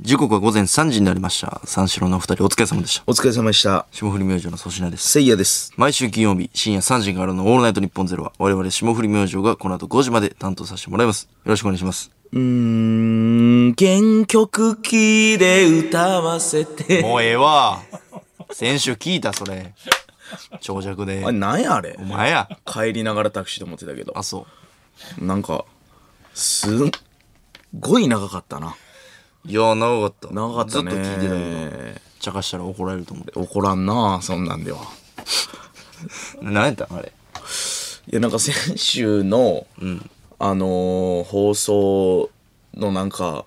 時刻は午前3時になりました。三四郎のお二人お疲れ様でした。お疲れ様でした。霜降り明星の粗品です。せいやです。毎週金曜日深夜3時からのオールナイトニッポンゼロは我々霜降り明星がこの後5時まで担当させてもらいます。よろしくお願いします。うーん、原曲キーで歌わせて。もうええわ。先週聞いたそれ。長尺であ、。なんやあれお前や。帰りながらタクシーで思ってたけどあ、。そなんか、すんごい長かったな。う。いやー、長かった。長かっずったね。と聞いてたけど。茶化したら怒られると思って。怒らんなそんなんでは。何やったんあれ。いや、なんか先週の、あのー放送のなんか、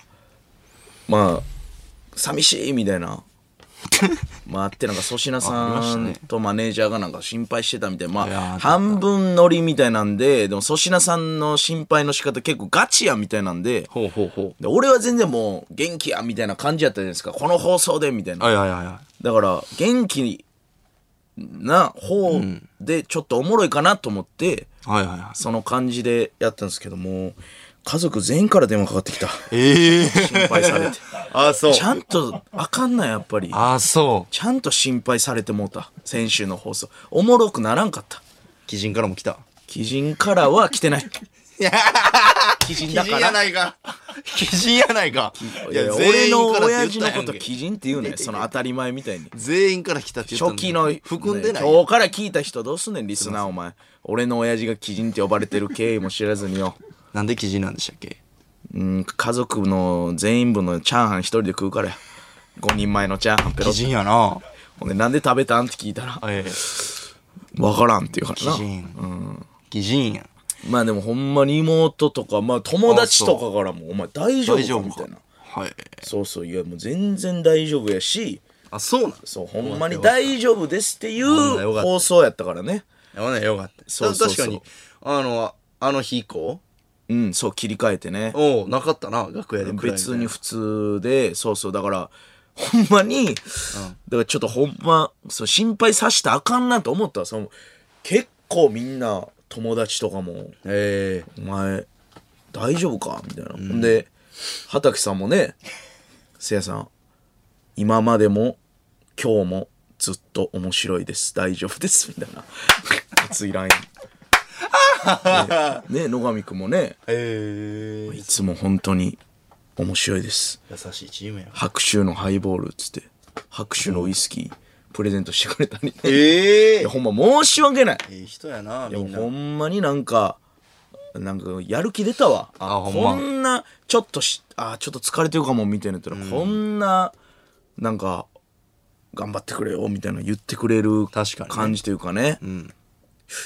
まあ、寂しいみた いな。まああってなんか粗品あありましさたんねとマネージャーがなんか心配してたみたいな、まいやーあっあ、た半分乗りみたいなんででも粗品さんの心配の仕方結構ガチやみたいなんでほうほうほで俺は全然もう元気やみたいな感じやったじゃないですかこの放送でみたいなはいはいはいはだから元気な方でちょっとおもろいかなと思って、い。はいはいはい。その感じでやったんですけども、家族全員から電話かかってきた。ええ心配されて。あ、 そうちゃんと、あかんな、やっぱり。あ、そう。ちゃんと心配されてもうた。先週の放送。おもろくならんかった。鬼人からも来た。鬼人からは来てない。鬼人だから。い か。鬼人やないか。いや俺の親父のやんこと鬼人って言 うねんその当たり前みたいに。全員から来たって言初った期の、含んでない。ね今日から聞いた人どうすんねん、リスナーお前。俺の親父が鬼人って呼ばれてる経緯も知らずによ。なんで鬼人なんでしたっけうん、家族の全員分のチャーハン一人で食うからや。5人前のチャーハンペロ鬼ッ人やな。ほんで、なんで食べたんって聞いたら、ええ。わからんっていうから鬼な。人。鬼人やん。まあでもほんまに妹とか、まあ友達とかからも、お前大丈大丈夫夫かみかたいな。。はい。そうそう、いやもう全然大丈夫やし、あ、そうなんそう、ほんまに大丈夫ですっていほんまようかった放送やったからね。やばないよかった。そうそうそたう確かに、あの、あの日以降、うん、そう、切り替えてね。おうなかったな、楽屋で。別に。普通で、そうそう、だから、ほんまに、だからちょっとほんま、そう心配させたらあかんなと思ったわその結構みんな、友達とかも、ええお前、大丈夫かみたいな。ほん、で、畑さんもね、せいやさん、今までも、今日も、ずっと面白いです。大丈夫です。みたいな。熱 いライン。ねね、野上くんもね、ええいつも本当に、面白いです。優しいチームやん。白州のハイボールっつって白州のウイスキープレゼントしてくれたりね、いええやほんま申し訳ないいい人やな、いやみんなほ。んまになんかなんかやる気出たわああほんまこんなちょっとしあちょっと疲れてるかもみたいなやったら、こんななんか頑張ってくれよみたいな言ってくれる確かにね感じというかね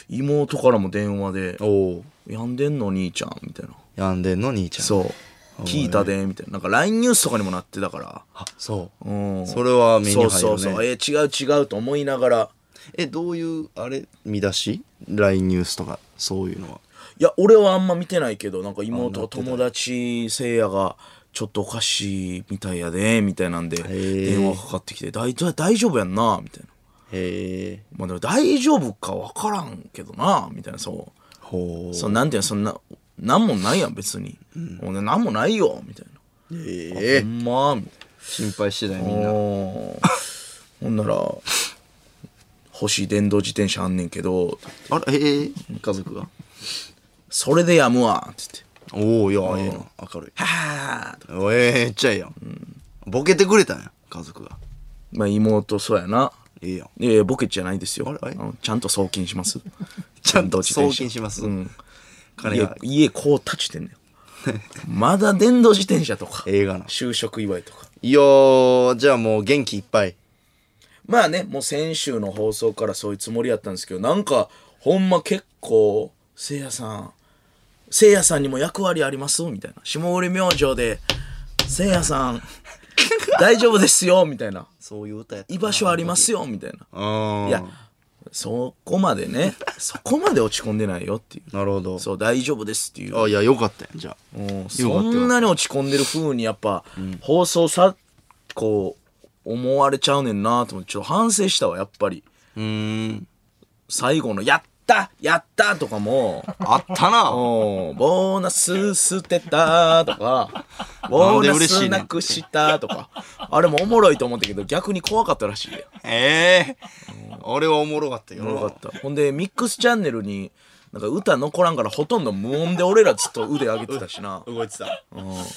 妹からも電話でおう「やんでんの兄ちゃん」みたいなやんでんの兄ちゃん。う。そう聞いたでみたいななんか LINE ニュースとかにもなってたからあ、そう。うんそれは目に入るね。そうそうそうえー違う違うと思いながらえ、どういう、あれ、見出し ?LINE ニュースとか、そういうのは。いや俺はあんま見てないけどなんか妹が友達せいやがちょっとおかしいみたいやでみたいなんでー電話かかってきて大大大丈夫やんなみたいなへえ。まあでも大丈夫か分からんけどなみたいなそうほう。そうなんていうのそんななんもないやん別に、ほんでなんもないよみたいなえほんまみたいな心配してたよ、みんな。おーほんなら欲しい電動自転車あんねんけどあれ、ええ家族がそれでやむわっつっておおいや、ええな。明るい。はあおええめっちゃええやん。ボケてくれたんや、家族が。まあ妹そうやな。ええやん。いやいやボケじゃないですよ。あれあれのちゃんと送金します。 ちゃんと自転車送金しますうん。金家が、家こう立ちてんねん。まだ電動自転車とか。映画な。就職祝いとか。いやー、じゃあもう元気いっぱい。まあね、もう先週の放送からそういうつもりやったんですけど、なんか、ほんま結構、せいやさん、せいやさんにも役割ありますみたいな。下降り明星で、せいやさ ん、大丈夫ですよみたいな。そういう歌やったな居場所ありますよみたいな。うん。いや、そこまでね、 そこまで落ち込んでないよっていう。なるほど。そう、大丈夫ですっていう。あ、いや、よかったやん、じゃあ。うんよかそったんなに落ち込んでる風にやっぱ、放送さ、こう、思われちゃうねんなと思って、ちょっと反省したわ、やっぱり。うーん。最後の、やっったやったとかも、あった な。おーボーナス捨てたとか、ボーナスなくしたとか、あれもおもろいと思ったけど、逆に怖かったらしいよ。ええ俺はおもろかったよ。おもろかった。ほんで、ミックスチャンネルに、なんか歌残らんからほとんど無音で俺らずっと腕上げてたしな。動いてた。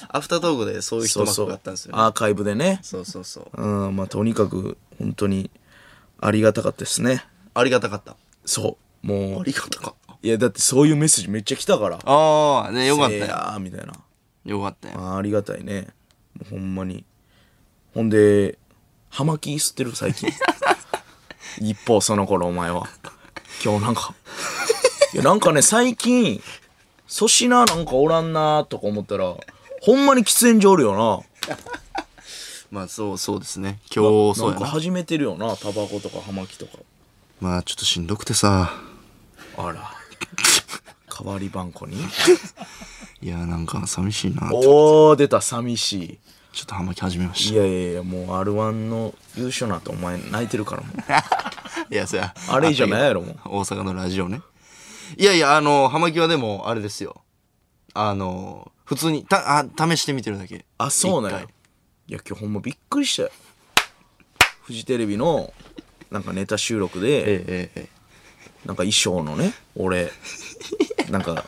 アフタートークでそういう一幕があったんですよね。アーカイブでね。そうそうそう。うん、まあとにかく本当にありがたかったですね。ありがたかった。そう。もうあ、りがたかった。いやだってそういうメッセージめっちゃ来たから。ああ、ね、よかったせいよ。やーみたいな。よかったよ。あーありがたいね。もうほんまに。ほんで、葉巻吸ってる最近。一方その頃お前は。今日なんか。いやなんかね最近、粗品なんかおらんなーとか思ったら、ほんまに喫煙所おるよまあそうそうですね。今日な。そうやなんかな。始めてるよな、タバコとか葉巻とか。まあちょっとしんどくてさ。あら。代わり番こにいや、なんか寂しいな。ちょおー、出た、寂しっとハマき始めまい。しいやいやいや、もう R1 の優勝なんてお前泣いてるからもう。た。いや、そや。あれじゃないやろ。ろ、もう。大阪のラジオね。いやいや、あの、ハマキはでも、あれですよ。あの、普通に、た、あ、試してみてるだけ。あ、そうなんや。一い回や、今日ほんまびっくりしたよ。フジテレビの、なんかネタ収録で、ええええ。なんか衣装のね、俺、なんか、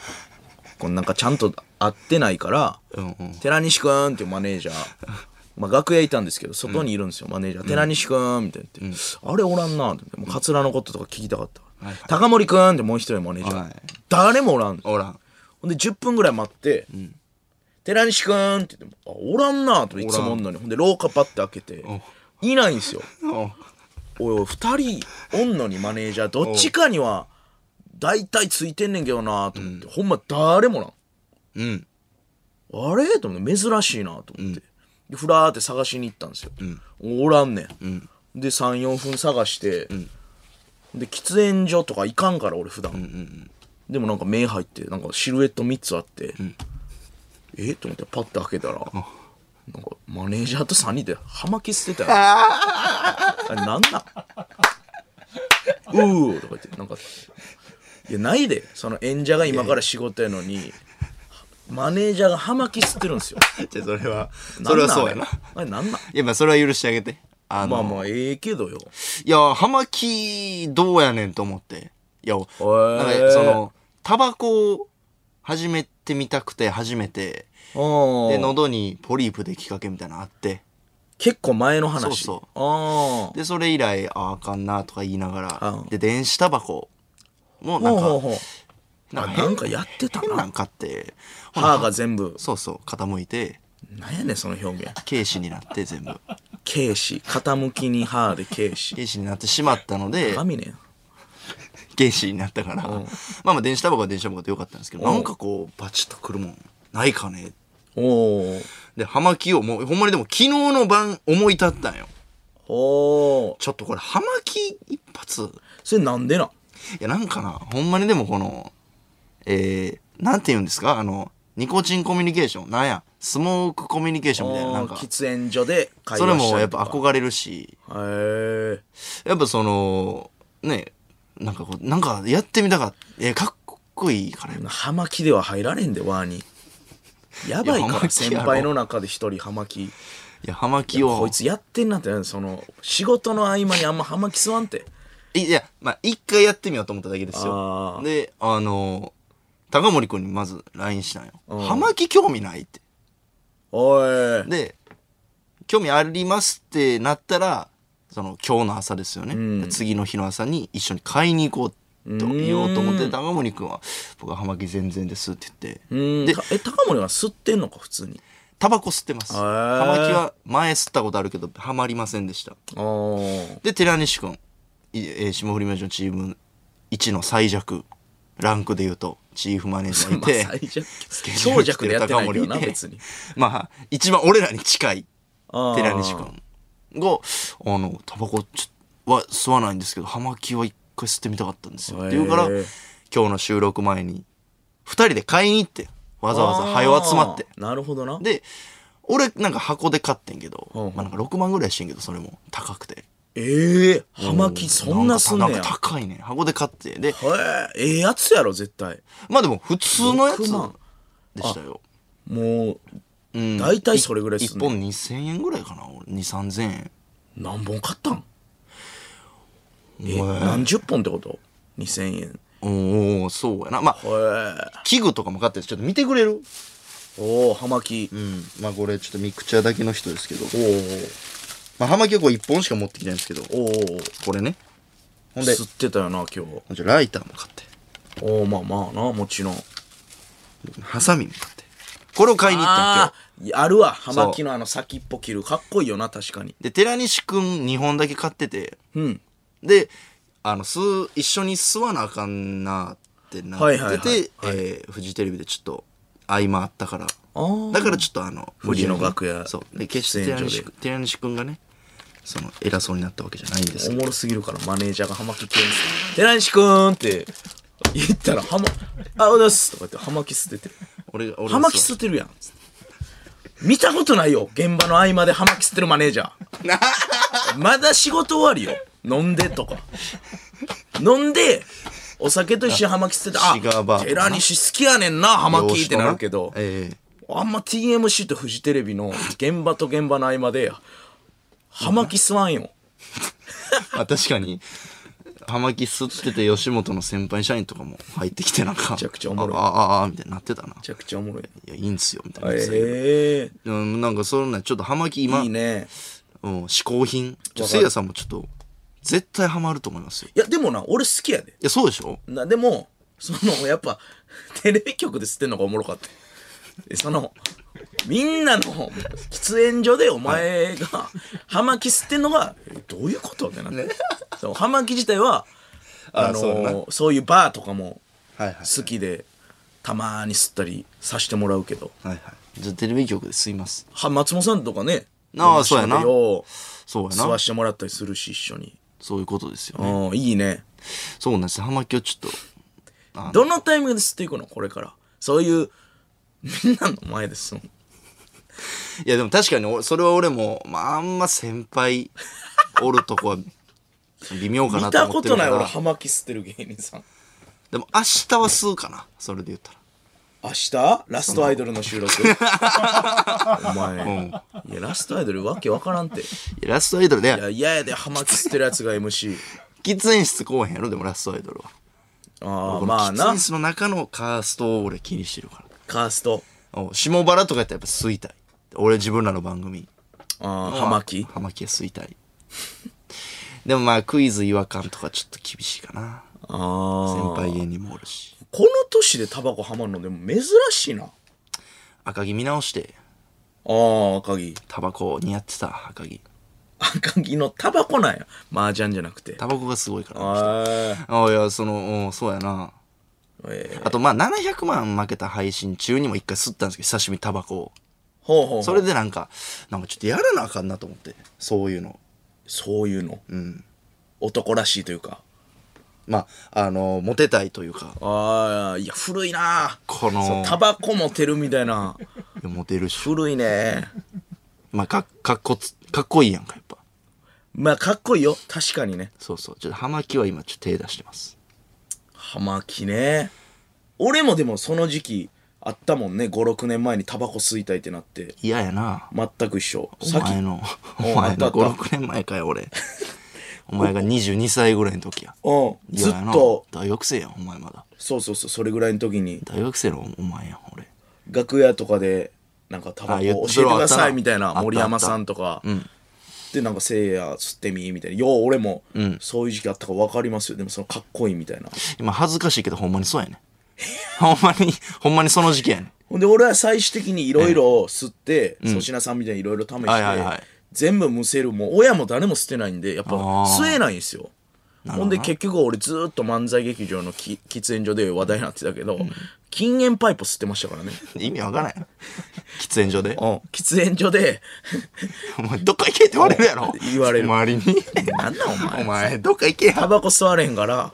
こうなんかちゃんと会ってないから、うんうん。寺西くんっていうマネージャー、まあ、楽屋いたんですけど外にいるんですよ、マネージャー寺西くんみたいな言って、あれおらんなってもうカツラのこととか聞きたかったから、高森くんってもう一人マネージャー、はい誰もおらんおらん。ほんで10分ぐらい待って、寺西くんって言ってもあおらんなといつもおんのにほんで廊下パッて開けていないんですよおおいおい2人おんのにマネージャーどっちかには大体ついてんねんけどなと思って、ほんま誰もおらんうん。あれと思って珍しいなと思って、でふらーって探しに行ったんですよ、おらんねん、で34分探して、で喫煙所とか行かんから俺普段、でもなんか目入ってなんかシルエット3つあって、えと思ってパッと開けたらなんかマネージャーと3人で葉巻捨てたよあれなんなんうーとか言ってなんかいやないでその演者が今から仕事やのにマネージャーが葉巻吸ってるんですよじゃあそれは、 それはそうやな。いあれなんなんや、まあそれは許してあげて。あの、まあまあええけどよいや、葉巻どうやねんと思って。いや、なんかその、タバコを始めてみたくて、初めて、で、ああ喉にポリープできかけみたいなのあって、結構前の話そうそうあで、それ以来、ああかんなとか言いながらうん、で、電子タバコもあなほんうか、ほうほうなんかあな変んかやってた変ななん買って、歯が全部そうそう、傾いて、なんやねんその表現軽視になって全部。軽視傾きに歯で軽視軽視になってしまったの で、神ね原始になったから、まあまあ電子タバコは電子タバコでよかったんですけど、なんかこうバチッとくるもんないかねおおで葉巻をもうほんまにでも昨日の晩思い立ったんよおーちょっとこれ葉巻一発いそれなんでなんやなんかなほんまにでもこのえー、なんて言うんですかあのニコチンコミュニケーションなんやスモークコミュニケーションみたいななんあーか喫煙所で会それ話しもたやっりとぱか憧れるしへえやっぱそのねなんかこうなんかやってみたかったえーかっこいいからやっぱ葉巻では入られんでワーにやばいいや葉から巻やろ先輩の中で一人葉巻いや葉巻をこいつやってんなってその仕事の合間にあんま葉巻吸わんていいや、まあ、一回やってみようと思っただけですあよ。ーで、あのー高森くんにまず LINE したんよ。うん葉巻興味ないって。おいで、興味ありますってなったら、その、今日の朝ですよね。うん次の日の朝に一緒に買いに行こうと言おうと思って、うん高森くんは、僕は葉巻全然ですって言って、うんでたえ高森は吸ってんのか普通にタバコ吸ってます。へー葉巻は前吸ったことあるけど、ハマりませんでした。あーで、寺西くん、いえー霜降り明星のチーム1の最弱、ランクで言うと、チーフマネージャーいまて、あ 最弱スケジュー強ル来弱てでるやって高ないけ森どいなて別に、 まあ、一番俺らに近いあー寺西くんが、あの、タバコちょは吸わないんですけど、葉巻は一回吸ってみたかったんですよ。へーって言うから、今日の収録前に、二人で買いに行って、わざわざ、はよ集まって。あーなるほどなで、俺なんか箱で買ってんけど、うんうんまあなんか6万ぐらいしてんけど、それも高くて。ええ葉巻そんなすんねなやんか高いね。箱で買って。で、へえええやつやろ絶対まあでも普通のやつ6万でしたよ。もううん大体それぐらいす1んね本2000円ぐらいかな俺2、3000円。何本買ったんえおい何十本ってこと2000円おおそうやな。まあ、へえ器具とかも買って、ちょっと見てくれるおお葉巻うん。まあこれちょっとミクチャーだけの人ですけど。おーまあ、葉巻はこう1本しか持ってきてないんですけど、おーこれね。ほんで、吸ってたよな今日ほんじゃライターも買って、おおまあまあなもちろんハサミも買って。これを買いに行ったん今あ日。ーあるわ葉巻のあの先っぽ切るかっこいいよな確かにで、寺西くん2本だけ買ってて、うんで、あの、吸う、一緒に吸わなあかんなってなはいはいっはていて、えーフジテレビでちょっと合間あったから、あーだからちょっとあの、無理やね無理やね楽屋そう。で、決して出演寺所で西くん寺西くんがね、その、偉そうになったわけじゃないんですおけど、もろすぎるからマネージャーが「葉巻吸うんです寺西くん」って言ったら「はまあおだす」とか言って葉巻吸ってて俺が、 「俺葉巻吸ってるやん」つって見たことないよ現場の合間で葉巻吸ってるマネージャ ーまだ仕事終わりよ飲んでとか飲んでお酒と一緒に葉巻吸ってシガーて「バーとかなあ寺西好きやねんな葉葉巻」ってなるけどええあんま TMC とフジテレビの現場と現場の合間で葉巻吸わんよあ確かに葉巻吸ってて吉本の先輩社員とかも入ってきてなんかめちゃくちゃおもろいああああみたいになってたなめちゃくちゃおもろいいやいいんすよみたいな、ええうんなんかそういうのちょっと葉巻今いいねうん、嗜好品ちょせいやさんもちょっと絶対ハマると思いますよいやでもな俺好きやでいやそうでしょなでもそのやっぱテレビ局で吸ってんのがおもろかったでそのみんなの喫煙所でお前が葉巻吸ってんのがえどういうことってなって、そう葉巻自体はああのそうだなそういうバーとかもはいはい好きでたまーに吸ったりさしてもらうけどはいはいじゃあテレビ局で吸いますは松本さんとかねああそうやなよそうや吸わなしてもらったりするし一緒にそういうことですよねうんいいねそうなんです葉巻をちょっどのタイミングで吸っていくのこれからそういうみんなの前ですのといやでも確かにおそれは俺もまああんま先輩おるとこは微妙かな見とた思こってるとかならい俺葉巻吸ってる芸人さんでも明日は吸うかな。それで言ったら。明日ラストアイドルの収録お前、いやラストアイドルわけわからんていいやラストアイドルで、や嫌やで葉巻吸ってるやつが MC 喫煙室来おへんやろ、でもラストアイドルは。あこあのま喫あな煙室の中のカーストを俺気にしてるかカーストら。お下原とかやったらやっぱ吸いたい。俺自分らの番組。あー葉巻葉巻は吸いた い。でもまあクイズ違和感とかちょっと厳しいかな。あ先あ輩芸人もおるし。この年でタバコはまるのでも珍しいな赤木見直して、ああ赤木タバコ似合ってた、赤木。赤木のタバコなんや麻雀じゃなくてタバコがすごいから。ああああ、いや、その、おそうやな。ええあとまあ700万負けた配信中にも一回吸ったんですけど、久しぶりにタバコを。ほうほうほうそれでなんか、なんかちょっとやらなあかんなと思って、そういうの。そういうの、ん男らしいというかまあ、あの、モテたいというか、ああいや古いなこそうの、タバコ持てるみたいないやモテるし、古いねまあ、かかっこつ、かっこいいやんか、やっぱ。まあかっこいいよ確かにねそうそう。ちょっと、葉巻は今、ちょっと手出してます。葉巻ね俺もでもその時期あったもんね56年前にタバコ吸いたいってなって嫌やな。全く一緒おさっき前の、 おお前あったのあった5、6年前かよ、俺。 お前が22歳ぐらいの 時や。うん嫌ずっやなと大学生やん、お前まだ。そうそうそうそれぐらいの時に大学生のお前やん、俺。楽屋とかでなんかタバあコ言っ教えてそれはあくったなださいみたいあっなた森山さんとか、んでなんかせいや吸ってみみたいなよう俺もんそういう時期あったから分かりますよでもそのかっこいいみたいな今、恥ずかしいけど、ほんまにそうやねん。 ほんまに、ほんまにその時期やねん。ほんで俺は最終的にいろいろ吸って粗品、さんみたいにいろいろ試して、はいはいはい全部むせるもう親も誰も吸ってないんでやっぱあー吸えないんですよほんで結局俺ずーっと漫才劇場のき喫煙所で話題になってたけど、禁煙パイプ吸ってましたからね意味わからんやん。喫煙 所で。うん喫煙所で お前、どっか行けって言われるやろ。言われる周 りに。なんなんお前お前、どっか行けタ や。バコ吸われへんから、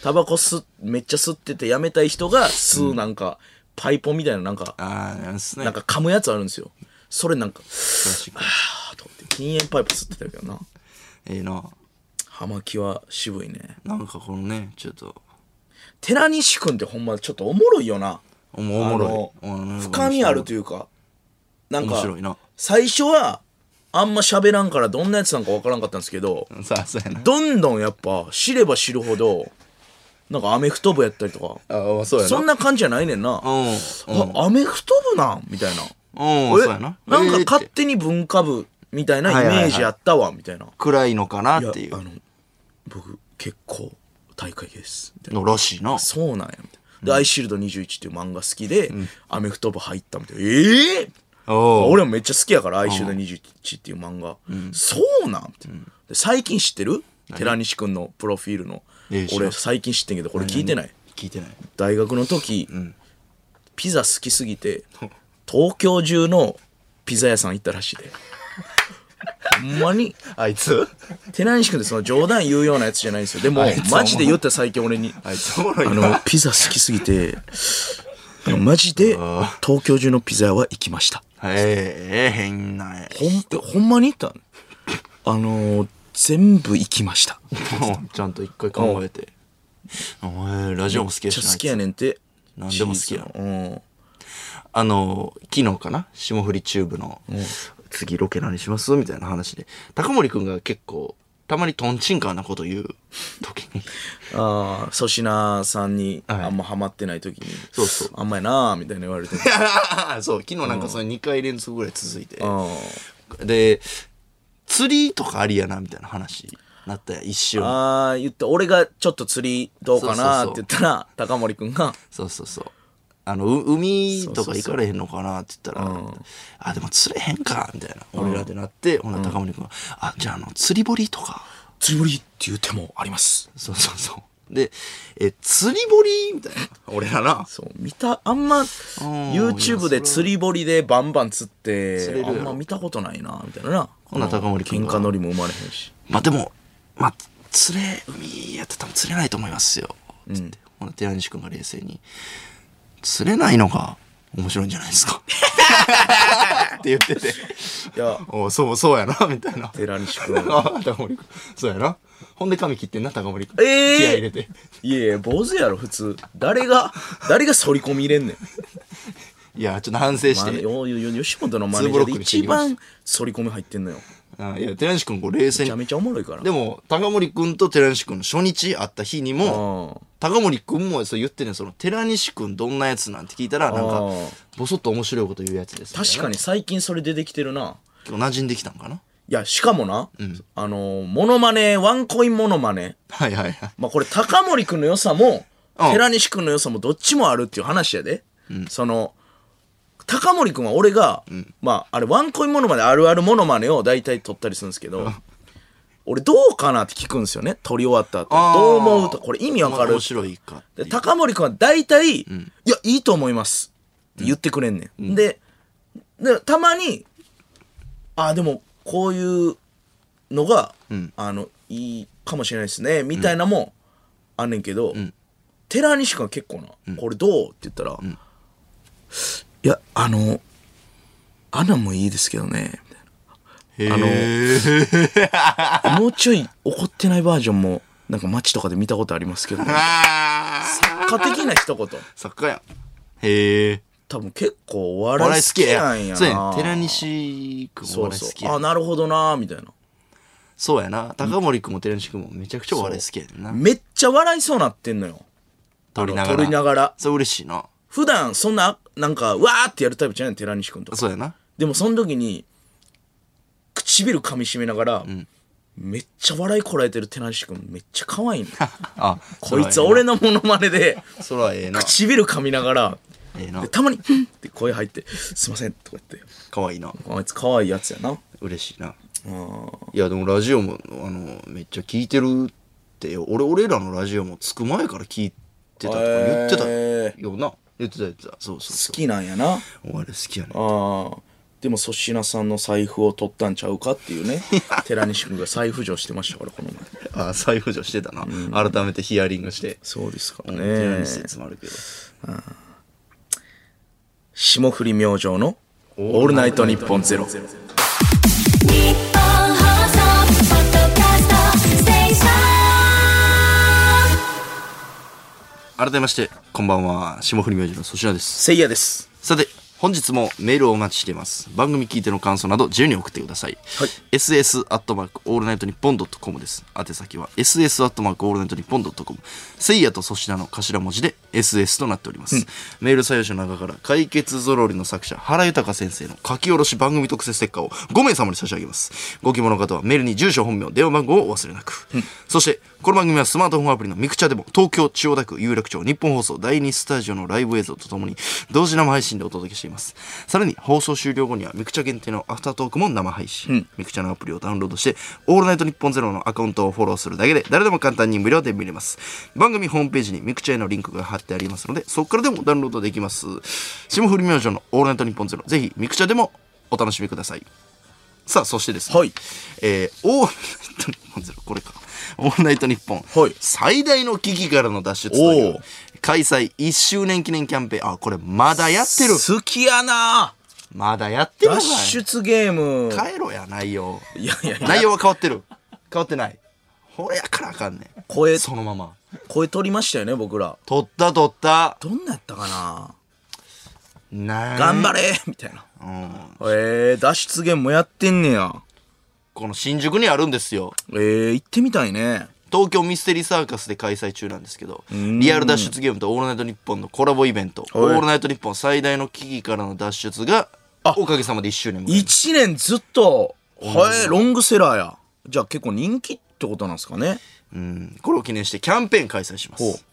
タバコ吸っ、めっちゃ吸っててやめたい人が吸うなんか、パイポみたいななんか、あー、なんすね。なんか噛むやつあるんですよ。それなんか、確かにあーと思って禁煙パイプ吸ってたけどな。ええな。葉巻は渋いねなんかこのね、ちょっと、寺西君ってほんまちょっとおもろいよなおもおもろい。あのうん深みあるというかなん面白かいな。最初はあんま喋らんからどんなやつなんかわからんかったんですけどさあ、そうやな。どんどんやっぱ知れば知るほどなんかアメフト部やったりとかああ、そうやな。そんな感じじゃないねんなうん。うん。あアメフト部なんみたいなそうやな。えなんかえー勝って手に文化部みたいなイメージやったわみたいな暗いのかなっいていやあうの僕結構大会ですみたいなのらしいな。そうなんやみたいなで「アイシールド21」っていう漫画好きで、アメフト部入ったみたいなええおう俺もめっちゃ好きやから「アイシールド21」っていう漫画、そうなんみたいな、で最近知ってる寺西君のプロフィールのええ知らん俺最近知ってんけどこれ聞いてない聞いてない。大学の時、ピザ好きすぎて東京中のピザ屋さん行ったらし いでほんまにあいつ寺西君ってその冗談言うようなやつじゃないんですよでもあいつおもろマジで言った最近俺にあいつおもろあいのな。、ピザ好きすぎて、あのマジで東京中のピザ屋は行きました。ええ、変な。ほん、えほんまに行ったあの、全部行きました。めっもうちゃんと一回考えて。お前、ラジオも好きやしちゃな。好きやねんて。何でも好きやうん。あの、昨日かな霜降りチューブの、次ロケ何しますみたいな話で。高森くんが結構、たまにトンチンカンなこと言う時に。ああ、粗品さんにはいあんまハマってない時に、そうそうあんまやなーみたいな言われて。 そう、昨日なんかそれ2回連続ぐらい続いて。あで、釣りとかありやな、みたいな話になったやん、一瞬。あー、言って、俺がちょっと釣りどうかなーって言ったら、高森くんが、そうそうそう。あの、う海とか行かれへんのかなって言ったら、あ、でも釣れへんか、みたいな。俺らでなって、ほな高森くんが、あ、じゃああの、釣り堀とか。釣り堀っていう手もあります。そうそうそう。で、え、釣り堀みたいな。 俺らな。そう見たあんま YouTube で釣り堀でバンバン釣って釣れるあやろんま見たことないなみたいななほな高森君喧が嘩乗りも生まれへんしまあでも、まあ、釣れ、海やって多分釣れないと思いますよ。つって。ほな、寺西くんが冷静に、釣れないのが面白いんじゃないですか。って言って て。いやおそう、そうやな、みたいな。寺西君あ 高森君そうやなほんで髪切ってんな高森君ええ気合い入れていやいや坊主やろ普通誰が誰が反り込み入れんねん、いやちょっと反省しまあ、て、よよ吉本のマネージャーで一番反り込み入ってんのよあいや寺西君こう冷め静ちゃにめちゃおもろいからでも高森君と寺西君の初日会った日にもも高森君もそう言ってねその寺西君どんなやつなんて聞いたらなんあかーボソッと面白いこと言うやつです確かに最近それ出てきてるなに馴染んできたんか ないやしかもな、あのモノマネワンコインモノマネはいはいはい まあこれ高森君の良さもうん寺西君の良さもどっちもあるっていう話やで、その高森君は俺が、まああれワンコインモノマネあるあるモノマネを大体取ったりするんですけど俺どうかなって聞くんですよね取り終わったあ後ーどう思うとこれ意味わかる面白いかってで高森君は大体、いやいいと思いますって言ってくれんねん、ででたまにあでもこういうのが、あのいいかもしれないですねみたいなもあんねんけど、寺西君は結構な、これどうって言ったら、いやあのアナもいいですけどねみあのたいなもうちょい怒ってないバージョンもなんか街とかで見たことありますけど、ね、 あー家的な一言作家やんへえ多分結構おお笑笑いい好好ききなやんやなそうやねん寺西君おそう笑いそ好うきやあそうなるほどなみたいなやな高森君も寺西君もめちゃくちゃお笑い好きやねんなめっちゃ笑いそうなってんのよ撮りなが撮りならがらそう嬉しいな普段そんななんかわーってやるタイプじゃない寺西君とかそうやなでもその時に唇噛みしめながら、めっちゃ笑いこらえてる寺西君めっちゃ可 愛いのあこいつは俺ののモノマネでそらええな唇噛みながらええなでたまに「うん」って声入って「すいません」とか言って可愛いなあいつ可愛いやつやな嬉しいなうんいやでもラジオもあのめっちゃ聞いてるってよ俺俺らのラジオも着く前から聞いてたとか言ってたへよな言ってた言ってたそうそうそ好きなんやなうお笑い好きやねああでも粗品さんの財布を取ったんちゃうかってい うね寺西君が再浮上してましたからこの前あ再浮上してたな改めてヒアリングしてそうですから寺ね西説もあるけど霜降り明星の「オールナイトニッポンゼロ日本放送ポッドキャスト改めまして、こんばんは。霜降り明星の粗品です。せいやです。さて、本日もメールをお待ちしています。番組聞いての感想など自由に送ってください。はい ss アットマークオールナイトニッポンドットコムです。宛先は ss アットマークオールナイトニッポンドットコム。せいやと粗品の頭文字で ss となっております。メール採用者の中から解決ぞろりの作者原豊先生の書き下ろし番組特設ステッカーを5名様に差し上げます。ご希望の方はメールに住所本名電話番号をお忘れなく。そしてこの番組はスマートフォンアプリのミクチャでも東京千代田区有楽町日本放送第2スタジオのライブ映像とともに同時生配信でお届けしていますさらに放送終了後にはミクチャ限定のアフタートークも生配信、ミクチャのアプリをダウンロードして「オールナイトニッポンゼロのアカウントをフォローするだけで誰でも簡単に無料で見れます番組ホームページにミクチャへのリンクが貼ってありますのでそこからでもダウンロードできます霜降り明星の「オールナイトニッポンゼロぜひミクチャでもお楽しみくださいさあそしてですね、はいえー、オールナイトニッポンゼロこれかオールナイトニッポン、はい最大の危機からの脱出というおう開催1周年記念キャンペーンあこれまだやってる好きやなまだやってる脱わ出ゲーム。帰ろや内容いやいやいや内容は変わってる変わってないほれやからあかんねん声、そのまま声取りましたよね、僕ら。取った取ったどんなやったかなな頑張れ、れみたいな。うん、えー、脱出ゲームもやってんねや。この新宿にあるんですよえー、行ってみたいね。東京ミステリーサーカスで開催中なんですけどリアル脱出ゲームと「オールナイトニッポン」のコラボイベント「オールナイトニッポン」最大の危機からの脱出がおかげさまで1周年迎えまし一年ずっと、はい、ロングセラーや。じゃあ結構人気ってことなんですかね。たうんこれを記念してキャンペーン開催しまほうす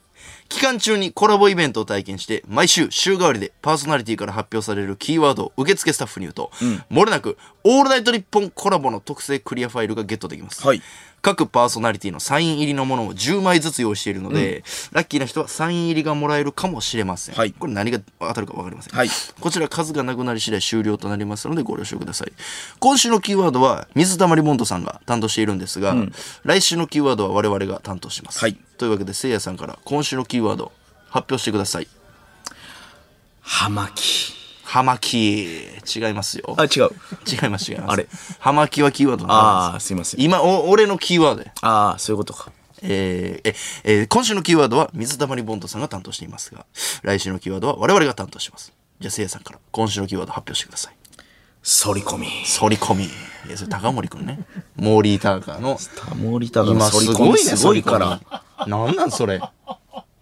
期間中にコラボイベントを体験して毎週週替わりでパーソナリティから発表されるキーワードを受付スタッフに言うと、漏れなく「オールナイトニッポン」コラボの特製クリアファイルがゲットできます、はい各パーソナリティのサイン入りのものを10枚ずつ用意しているので、ラッキーな人はサイン入りがもらえるかもしれません、はいこれ何が当たるか分かりません、はいこちら数がなくなり次第終了となりますのでご了承ください今週のキーワードは水溜りボンドさんが担当しているんですが、来週のキーワードは我々が担当します、はいというわけでせいやさんから今週のキーワード発表してください葉巻。葉巻違いますよあ、違う。違います違いますあれ葉巻はキーワードなんあー、すいません。今お俺のキーワードやあー、そういうことか。えーええー今週のキーワードは水溜りボンドさんが担当していますが来週のキーワードは我々が担当しますじゃあせいやさんから今週のキーワード発表してください反り込み。反り込みいやそれ高森くんねモーリー・ターカーのタモリタが今反りす込ごみいねすごいから。なんなんそれい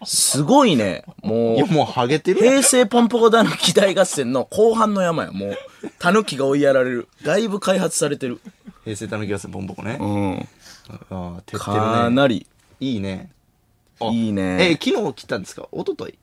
すごいね。もうや、もうハゲてるやん平成ポンポコダヌキ大合戦の後半の山や。もう、タヌキが追いやられる。だいぶ開発されてる。平成たぬき合戦ボンボコねうん。ああてってかるねなり。いいねあいいえねー昨日切ったんですか一昨日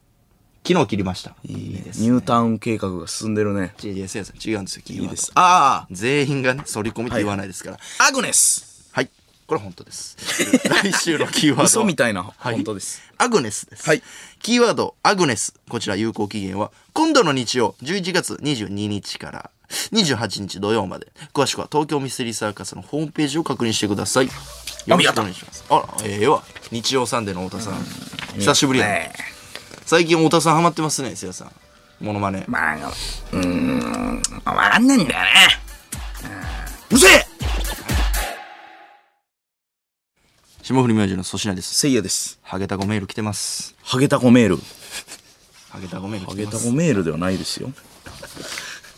昨日切りましたいいですニュータウン計画が進んでるね。違う違うせいやさん違うんですよキーいワいードです。あ全員がね反り込みって言わないですからあ、アグネス。はい。これ本当です。 来週のキーワードは。嘘みたいな。はい本当です。アグネスです。はいキーワード、アグネス。こちら有効期限は、今度の日曜、11月22日から28日土曜まで。詳しくは東京ミステリーサーカスのホームページを確認してください。よろしくお願いします。あら、ええわ。日曜サンデーの太田さん。久しぶりやね。ねえ最近太田さんハマってますね、せやさん。モノマネ。まあ、うーん、わかんねえんだよね。うんうるせえ霜降り明星の粗品です。せいやです。ハゲタコメール来てます。ハゲタコメール。ハゲタコメールハ来ゲてまタす。コメールではないですよ。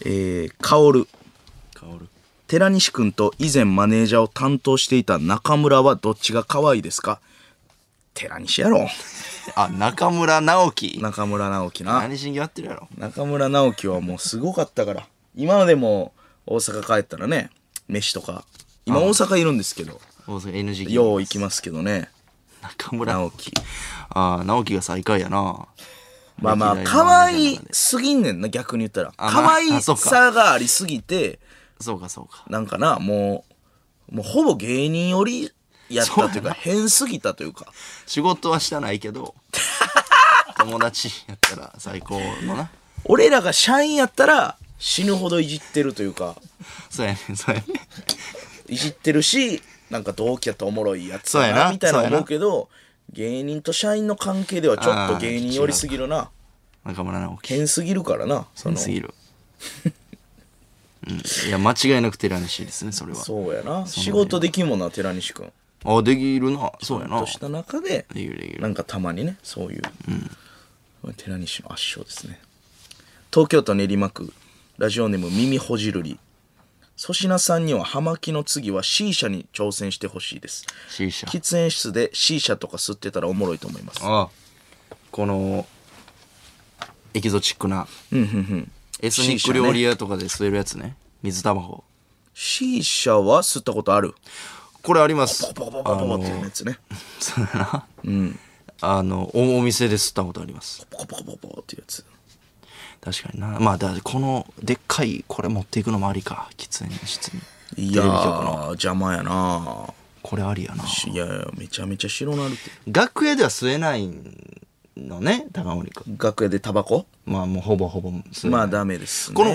えー、カオル。薫寺西くんと以前マネージャーを担当していた中村はどっちが可愛いですか寺西やろ。あ、中村直樹。中村直樹な。何人やってるやろ。中村直樹はもうすごかったから。今までも大阪帰ったらね、飯とか。今大阪いるんですけど、大阪 NG 企よ業う行きますけどね。中村直樹。ああ直樹が最下位やなまあまあ、歴代の漫可才の愛い中ですぎんねんな、逆に言ったら。あまあ可愛あそうかさがありすぎて、そうかそうかなんかな、もう、もうほぼ芸人よりやったとそいううやなか、変すぎたというか。仕事はしたないけ ど友達やったら最高のな俺らが社員やったら死ぬほどいじってるというか、そうやねんそうやねんいじってるし、なんか同期やったらおもろいやつそうややなな、みたいなそうやな思うけど、芸人と社員の関係ではちょっあとー芸人よりすぎるな。中村直樹変すぎるからな、その。すぎる、うん、いや間違いなく寺西ですねそれはそうやな。仕事できんもんな、寺西くん。あ、できるな。そうやちょなっと。した中でできるできるなんかたまにねそういう、寺西の圧勝ですね東京都練馬区ラジオネーム耳ほじるり粗品さんには葉巻の次は C 社に挑戦してほしいです C 社喫煙室で C 社とか吸ってたらおもろいと思いますあこの、エキゾチックな、うんうんうんエスニック料理屋とかで吸えるやつね。水タバコ。 C 社は吸ったことあるこれあります。ポコポコポコポコっていうやつねそうやな。あの、おお店で吸ったことあります。ポコポコポコポコっていうやつ確かにな。まあ、だからこの、でっかい、これ持っていくのもありか。喫煙室に。いやー邪魔やなこれありやな。いやいやめちゃめちゃ白なるって楽屋では吸えないのね、高森君。楽屋でタバコまあ、もうほぼほぼ吸えない。まあダメです、ね、この、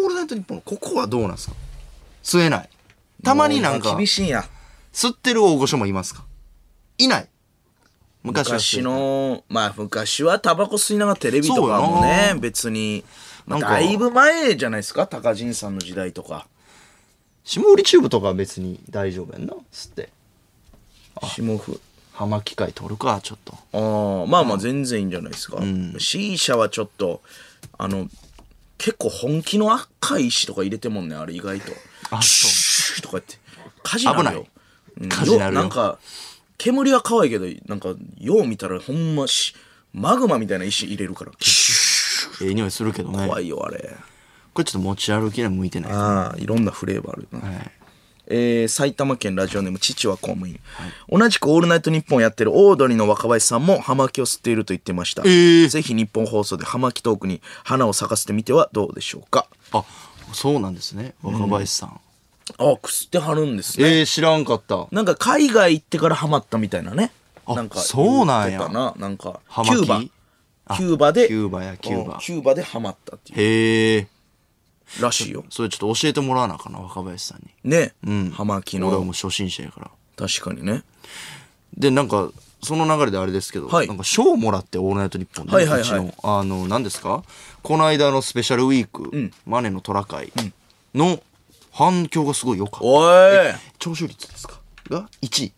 オールナイトニッポンのここはどうなんですか吸えない。たまになんもかう、厳しいんや吸ってる大御所もいますかいない。昔は吸えな昔いのまあ昔はタバコ吸いながらテレビとかもそうねやな別に、まあ、なんかだいぶ前じゃないですか高陣さんの時代とか下降りチューブとかは別に大丈夫やんな。吸って。下風葉巻機械取るか、ちょっと。ああまあまあ全然いいんじゃないですか、C 社はちょっとあの結構本気の赤い石とか入れてもんねあれ意外とあそうシューとかやって火事なるよ危ない火事なるよなんか煙は可愛いけどなんかよう見たらほんましマグマみたいな石入れるからええ匂いするけどね。怖いよあれこれちょっと持ち歩きには向いてない。ああいろんなフレーバーあるな、はいえー埼玉県ラジオネーム父は公務員、同じく「オールナイトニッポン」やってるオードリーの若林さんも葉巻を吸っていると言ってました、ーぜひ日本放送で葉巻トークに花を咲かせてみてはどうでしょうかあ、そうなんですね。若林さん。あくすってはるんですねえー、知らんかった。なんか海外行ってからハマったみたいなねあなんかそうなんや言ってたななんか葉キ巻ューバキューバでキューバやキューバうんキューバでハマったっていうへえ。らしいよそれちょっと教えてもらわなあかんな、若林さんに。ね、葉巻俺はのもう初心者やから。確かにねでなんかその流れであれですけど、はいなんか賞をもらって「オールナイトニッポンで」はいはいはいうちのあの何ですかこの間のスペシャルウィーク「マネの虎会」の反響がすごい良かったおい聴取率ですかが1位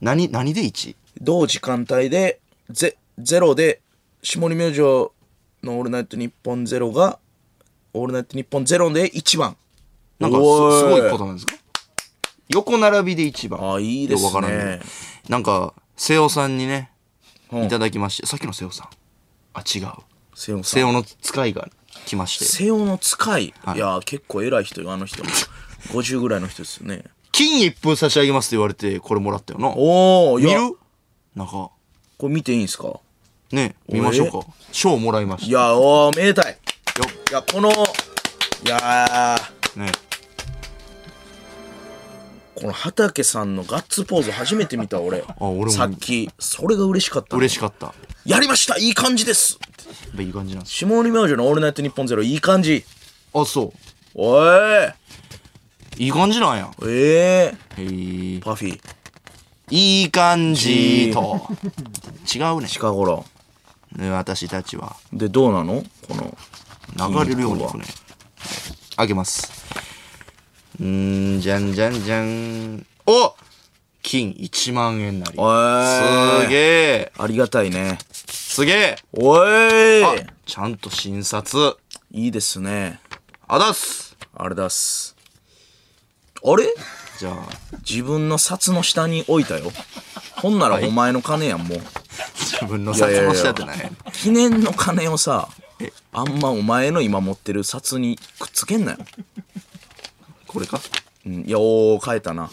何何で1位同時間帯でゼゼロで下り明星の「オールナイトニッポンゼロが「オールナイトニッポンゼロで1番なんかすおすごいことなんですか横並びで1番あいいですねよくわからんけどなんか瀬尾さんにねうんいただきまして、さっきの瀬尾さんあ違う瀬尾さ瀬ん尾の使いが来まして瀬尾の使い、い、やー結構偉い人よあの 人も50ぐらいの人ですよね金一封差し上げますって言われてこれもらったよなおお見るなんかこれ見ていいんすかね見ましょうか賞もらいましいたやおーめでたいよいやこのいやーねこの畑さんのガッツポーズ初めて見た俺俺もさっきそれが嬉しかった嬉ししかったややりましたいい感じですっぱいい感じなんです下森明星の「オールナイトニッポンゼロいい感じあそうおいいい感じなんやええへえパフィーいい感じと違うね近頃ね私たちはでどうなのこの流れるようにいくねあげますうーんじゃんじゃんじゃんお金1万円なりおいすげえありがたいねすげえおいあちゃんと診察いいですねあだっすあれだっすあれじゃあ自分の札の下に置いたよほんならお前の金やんもう自分のいやいや札いの下やってない記念の金をさあんまお前の今持ってる札にくっつけんなよ、これかうん、いやおお変えたな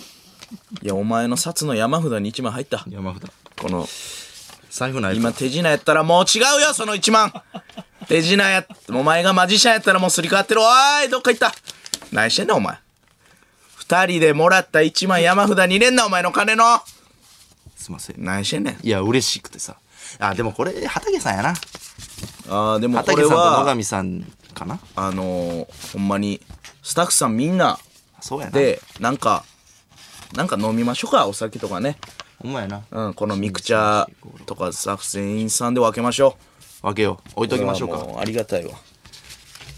いやお前の札の山札に1枚入った山札この財布ないか今手品やったらもう違うよその1万手品やお前がマジシャンやったらもうすり替わってるおーいどっか行った何してんねんお前2人でもらった1万山札に入れんなお前の金のすいません何してんねんいや嬉しくてさあでもこれ畑さんやなあーでもこ畑れさんと野は上さんかなあのー、ほんまにスタッフさんみんなそうやなでなんかなんか飲みましょうかお酒とかね、ほんまやなうん、このミクチャーとか作戦員さんで分けましょ分けよう置いうときましょうかもありがたいわ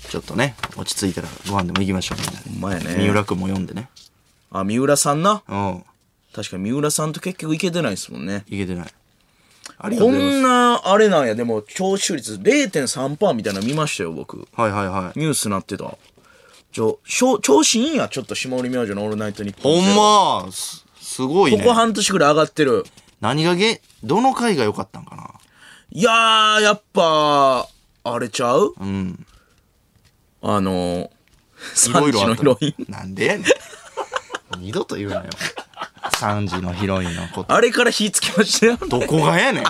ちょっとね落ち着いたらご飯でも行きましょうみんなでほんまやね三浦君も読んでねあ三浦さんなうん確かに三浦さんと結局いけてないですもんねいけてない。ありがとうこございますんなあれなんやでも聴取率0.3%みたいなの見ましたよ僕。はいはいはい。ニュースなってたちょしょ調子いいんやちょっと下り明星の「オールナイトニッポほンゼロ」んます、すごいこねこ。半年ぐらい上がってる何がげ、どの回が良かったんかないやーやっぱあれちゃううん。あのい3ろいろ時あのっヒロインた。なんでやねん。二度と言うなよ。3時のヒロインのこと。あれから火つきましたよねどこがやねん。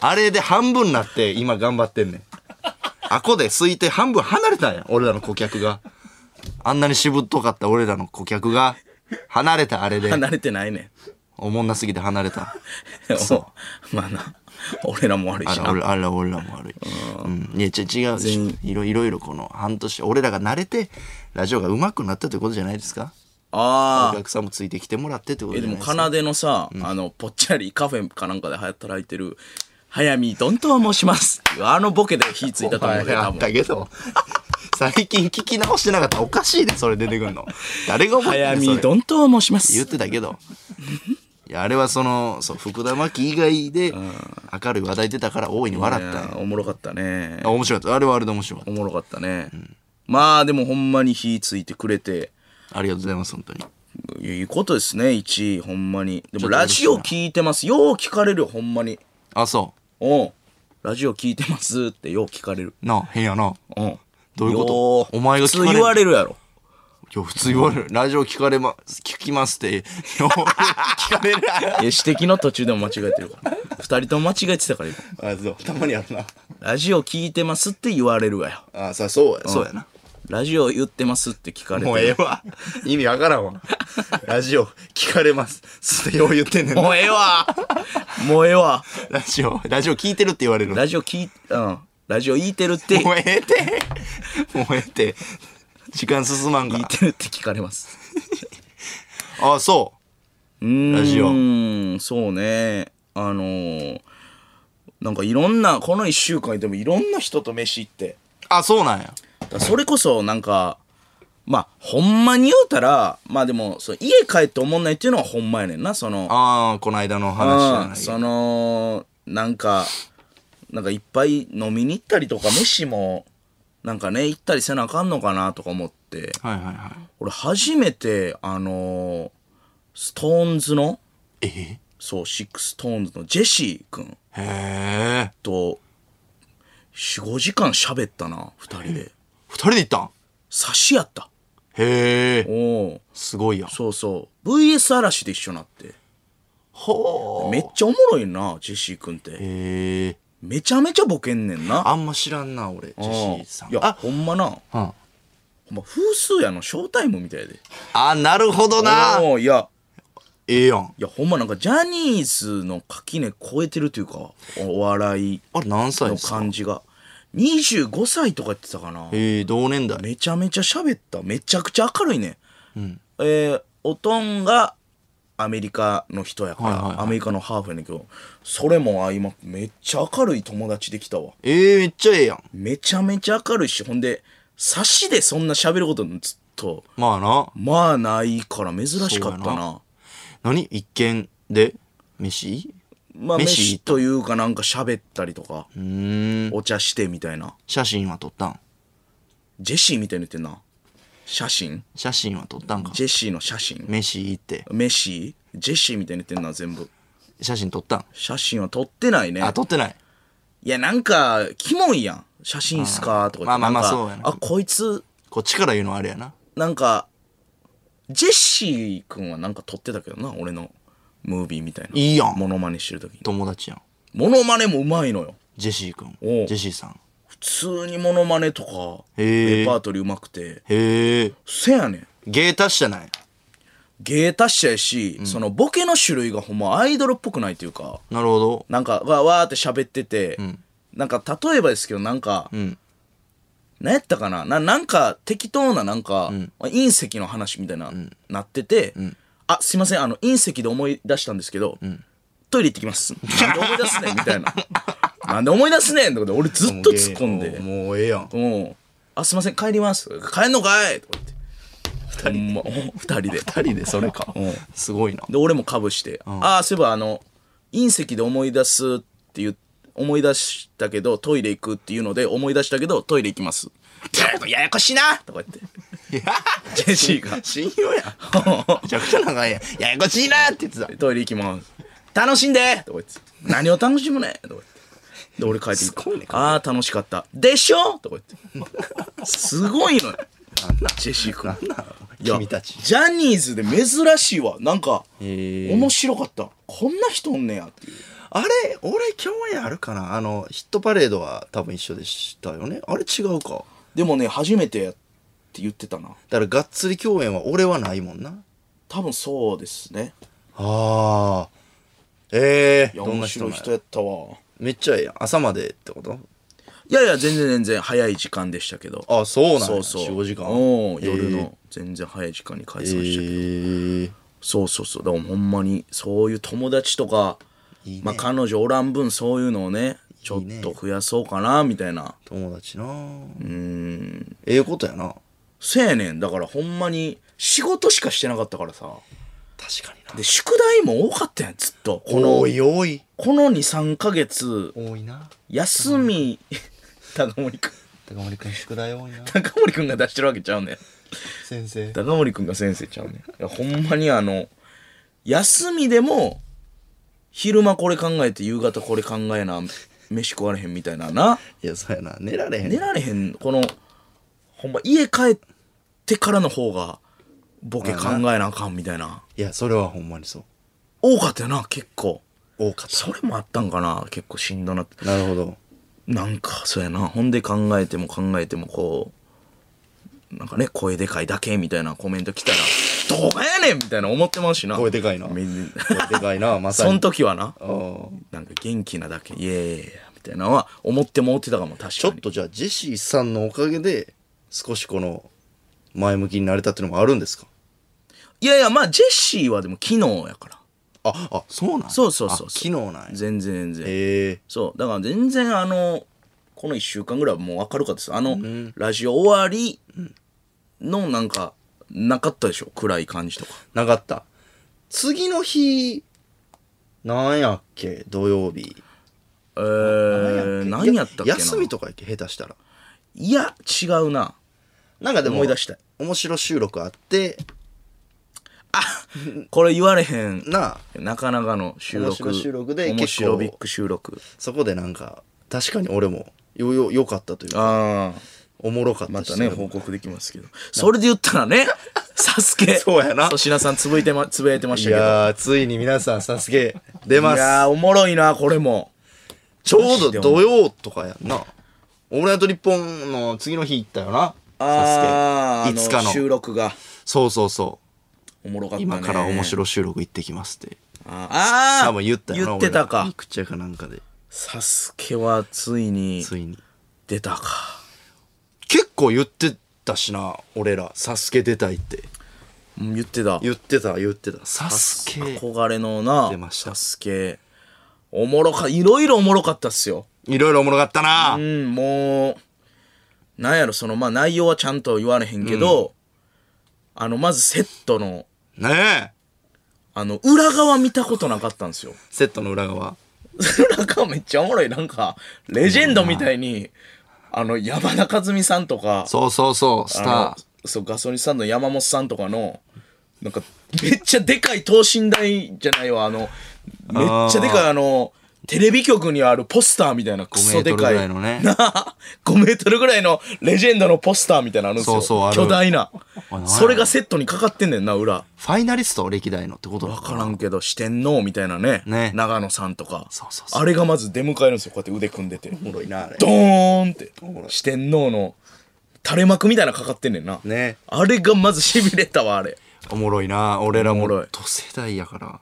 あれで半分になって今頑張ってんねん。あこで空いて半分離れたんや。俺らの顧客が。あんなにしぶっとかった俺らの顧客が離れたあれで。離れてないねおもんなすぎて離れた。そう まあな俺らも悪いあしら、な俺あら、俺らも悪い。うん。いや、ち違うでしょ。いろいろいろこの半年、俺らが慣れて、ラジオが上手くなったということじゃないですか。おあー客さんもついてきてもらってってことえじでゃないもですか。奏のさ、あのぽっちゃりカフェかなんかで働いてる早見どんと申しますっていうあのボケで火ついたと思うお前ねあ多っ分たけど。 最近聞き直してなかったらおかしいで、それ出てくるの。誰が覚え早てんの見それどんと申します言ってたけど。いや、あれはその、そう、福田真紀以外で、明るい話題出たから大いに笑ったんいややーおもろかったねあ面白かった。あれはあれで面白かっおもろかったね、まあでもほんまに火ついてくれてた。ありがとうございます、本当に。いいことですね1位ほんまにでもラジオ聞いてますよう聞かれるよほんまにあ、そうんラジオ聞いてますってよう聞かれるう。なあ、変やな。うんどういうことよお前が聞かれる普通言われるやろいや、普通言われる。ラジオ聞かれま、聞きます って。いや聞かれる。いや指摘の途中でも間違えてるから2人とも間違えてたから今あ、そう。たまにあるな。ラジオ聞いてますって言われるわよあ、さ、そうや、そうやな。ラジオ言ってますって聞かれてるもうええわ。意味わからんわ。ラジオ聞かれます。すてよう言ってんねんなもうええわもうええわラジオ、ラジオ聞いてるって言われる。もうラジオ聞いうんラジオ言いてるってええて。もうええて。時間進まんか聞いら。てるって聞かれます。あ、そうーんラジそうね。あのーなんかいろんな、この一週間でもいろんな人と飯行って。う。あ、そうなんや。だからそれこそなんか、まあ、ほんまに言うたら、まあでも、そう家帰って思んないっていうのはほんまやねんな、その、ああ、この間の話じゃうなんい。その、なんか、なんかいっぱい飲みに行ったりとか、飯も、なんかね、行ったりせなあかんのかなとか思って。はいはいはい。俺初めてあのー、ストーンズのえへそうシックストーンズのジェシー君え。と45時間喋ったな2人で二人で行ったん差し合ったへえ。おおすごいやん。そうそう VS 嵐で一緒になってほめっちゃおもろいなジェシー君ってへえ。めちゃめちゃボケんねんなあんま知らんな、俺、ジジェシーさん。いやあ、ほんまなほうんんま風数やのショータイムみたいであ、なるほどな。おーいやええやん。いやほんまなんかジャニーズの垣根超えてるというかお笑いあれ何歳のですか感じが25歳とか言ってたかなええ同年代。めちゃめちゃ喋っためちゃくちゃ明るいね、えーおとんがアメリカの人やから、はいはいはいアメリカのハーフやねんけどそれも相まってめっちゃ明るい友達できたわええめっちゃええやん。めちゃめちゃ明るいしほんで差しでそんな喋ることずっとまあな。まあないから珍しかったそうなや何一見で飯まあ飯飯というかなんか喋ったりとか、うーん。お茶してみたいな写真は撮ったんジェシーみたいに言ってんな写真写真は撮ったんかジェシーの写真飯行って。メッシージェシーみたいに言ってんな全部写真撮ったん写真は撮ってないねあ、撮ってない。いやなんかキモいやん写真っすかとか言ってまあまあまあなんかそうやなあこいつこっちから言うのはあれやな。なんかジェシー君はなんか撮ってたけどな俺のムービーみたいないいやんモノマネしてる時に友達やん。モノマネもうまいのよジェシーくん。ジおうェシーさん。普通にモノマネとかへえレパートリーうまくてへえ。せやねん芸達者なんや。芸達者やし、そのボケの種類がほんまアイドルっぽくないというかなるほど。なんかわわーって喋ってて、なんか例えばですけどなんか、んなんやったかなななんか適当ななんか、隕石の話みたいな、なってて、あすいませんあの隕石で思い出したんですけど、トイレ行ってきますなんで思い出すねんみ たいななんで思い出すねんとかで俺ずっと突っ込んでもうええやん。もうあすいません帰ります帰んのかいとか言ってほんまほん二人で。二人でそれかうん。すごいな。 で、俺もかぶして。ああ、そういえばあの、隕石で思い出すっていう、思い出したけど、トイレ行くっていうので、思い出したけど、トイレ行 きます。ややこしいなとか言って。ジェシーが。信用や。めちゃくちゃ長いやん。ややこしいなって言ってた。 トイレ行きます。楽しんでとか言って。何を楽しむねとか言って。で、俺帰ってきて。すごいねああ、楽しかった。でしょとか言って。すごいのよ。ジェシー君。いや君たち。ジャニーズで珍しいわ。なんか、面白かった。こんな人おんねやっていう。あれ俺共演あるかなあの、ヒットパレードは多分一緒でしたよね。あれ違うか。でもね、初めてやって言ってたな。だからがっつり共演は俺はないもんな。多分そうですね。ああ。ええいや、どん面な白人いなんや人やったわ。めっちゃええやん。朝までってこといやいや、全然全然早い時間でしたけど。あ、そうなんや。そうそう。 4、5時間。うん夜えの全然早い時間に解え散したけど。えそうそうそう。だからほんまに、そういう友達とか、いいねまあ彼女おらん分そういうのをね、ちょっと増やそうかな、みたいな。友達なあうーん。ええことやな。せやねん。だからほんまに、仕事しかしてなかったからさ。確かにな。で、宿題も多かったやん、ずっと。この、多い多い。この2、3ヶ月、多いな。休み、 高森くん。高森くん宿題 多いな。高森くんが出してるわけちゃうねん。先生。高森くんが先生ちゃうねん。いや、ほんまにあの、休みでも、昼間これ考えて、夕方これ考えな、飯食われへんみたいなな。いや、そうやな。寝られへん。寝られへん、この、ほんま家帰ってからの方が、ボケ考えなあかんみたいな。いや、それはほんまにそう。多かったよな、結構。多かった。それもあったんかな、結構しんどなって。なるほ ど。なんか、そうやな。ほんで考えても考えても、こう、なんかね、声でかいだけみたいなコメント来たら、どうやねんみたいな思ってますしな。声でかいな。み声んなでかいな、まさそにん。時はな、ああなんか元気なだけ、イエーイみたいなのは思ってもうてたかも、確かに。ちょっとじゃあ、ジェシーさんのおかげで、少しこの、前向きになれたっていうのもあるんですかいやいや、まあ、ジェシーはでも機能やから。あ、あ、そうなんそうそうそうそうあ機能なんや。全然全然。ええそう。だから全然あの、この1週間ぐらいはもう明るかったです。あの、ラジオ終わりのなんか、なかったでしょ暗い感じとか。なかった。次の日、なんやっけ土曜日。えー、何やったっけな休みとかやっけ下手したら。いや、違うな。なんかでも、思い出したい。面白収録あって、これ言われへん。なあ、なかなかの収録。面白収録で面結構白ビッグ収録。そこでなんか、確かに俺も、よ、よ、良かったというか、ああ。おもろかったましたね、報告できますけど。それで言ったら ね、サスケ。そうやな粗品さんつぶいてま、つぶやいてましいたけど。やー、ついに皆さん、サスケ、出まいす。やー、おもろいな、これも。ちょうど土曜とかやんな。オールナイト日本の次の日行ったよな。あサースケ。いつかあの収の。録が。そうそうそおもろかっう。たね。今から面い。白収録行ってきますって。あー多分言ったよな。言ってた俺らかミ。クチャかなんかで、サスケはついについに。出たか。結構言ってたしな、俺ら。サスケ出たいって。うん言ってた。言ってた、言ってた。サスケ。憧れのな出ま、したサスケ。おもろか、いろいろおもろかったっすよ。いろいろおもろかったなう。ん、もう、なんやろ、その、まあ、内容はちゃんと言われへんけど、あの、まずセットの、ねえ。あの、裏側見たことなかったんですよ。セットの裏側。 裏側めっちゃおもろい。なんか、レジェンドみたいに、あの、山田和美さんとか、そうそうそう、スあター。のそう、ガソリンスタンドの山本さんとかの、なんか、めっちゃでかい等身大じゃないわ、あの、めっちゃでかいあの、テレビ局にあるポスターみたいな、ク5メーソトでルぐかい。らいのね。な5メー トルぐらいのレジェンドのポスターみたいなのあるんですそよ。うそうある巨大なあない。それがセットにかかってんねんな、裏。わファイナリスト歴代のってことだわからんけど、四天王みたいなね。ね長野さんとか。そうそうそうあれがまず出迎えるんですよ。こうやって腕組んでて。おもろいな、あれド。ーンってろ。い四天王の垂れ幕みたいなのかかってんねんな。ねあれがまず痺れたわ、あれ。おもろいな。俺らもおもろい同世代やから。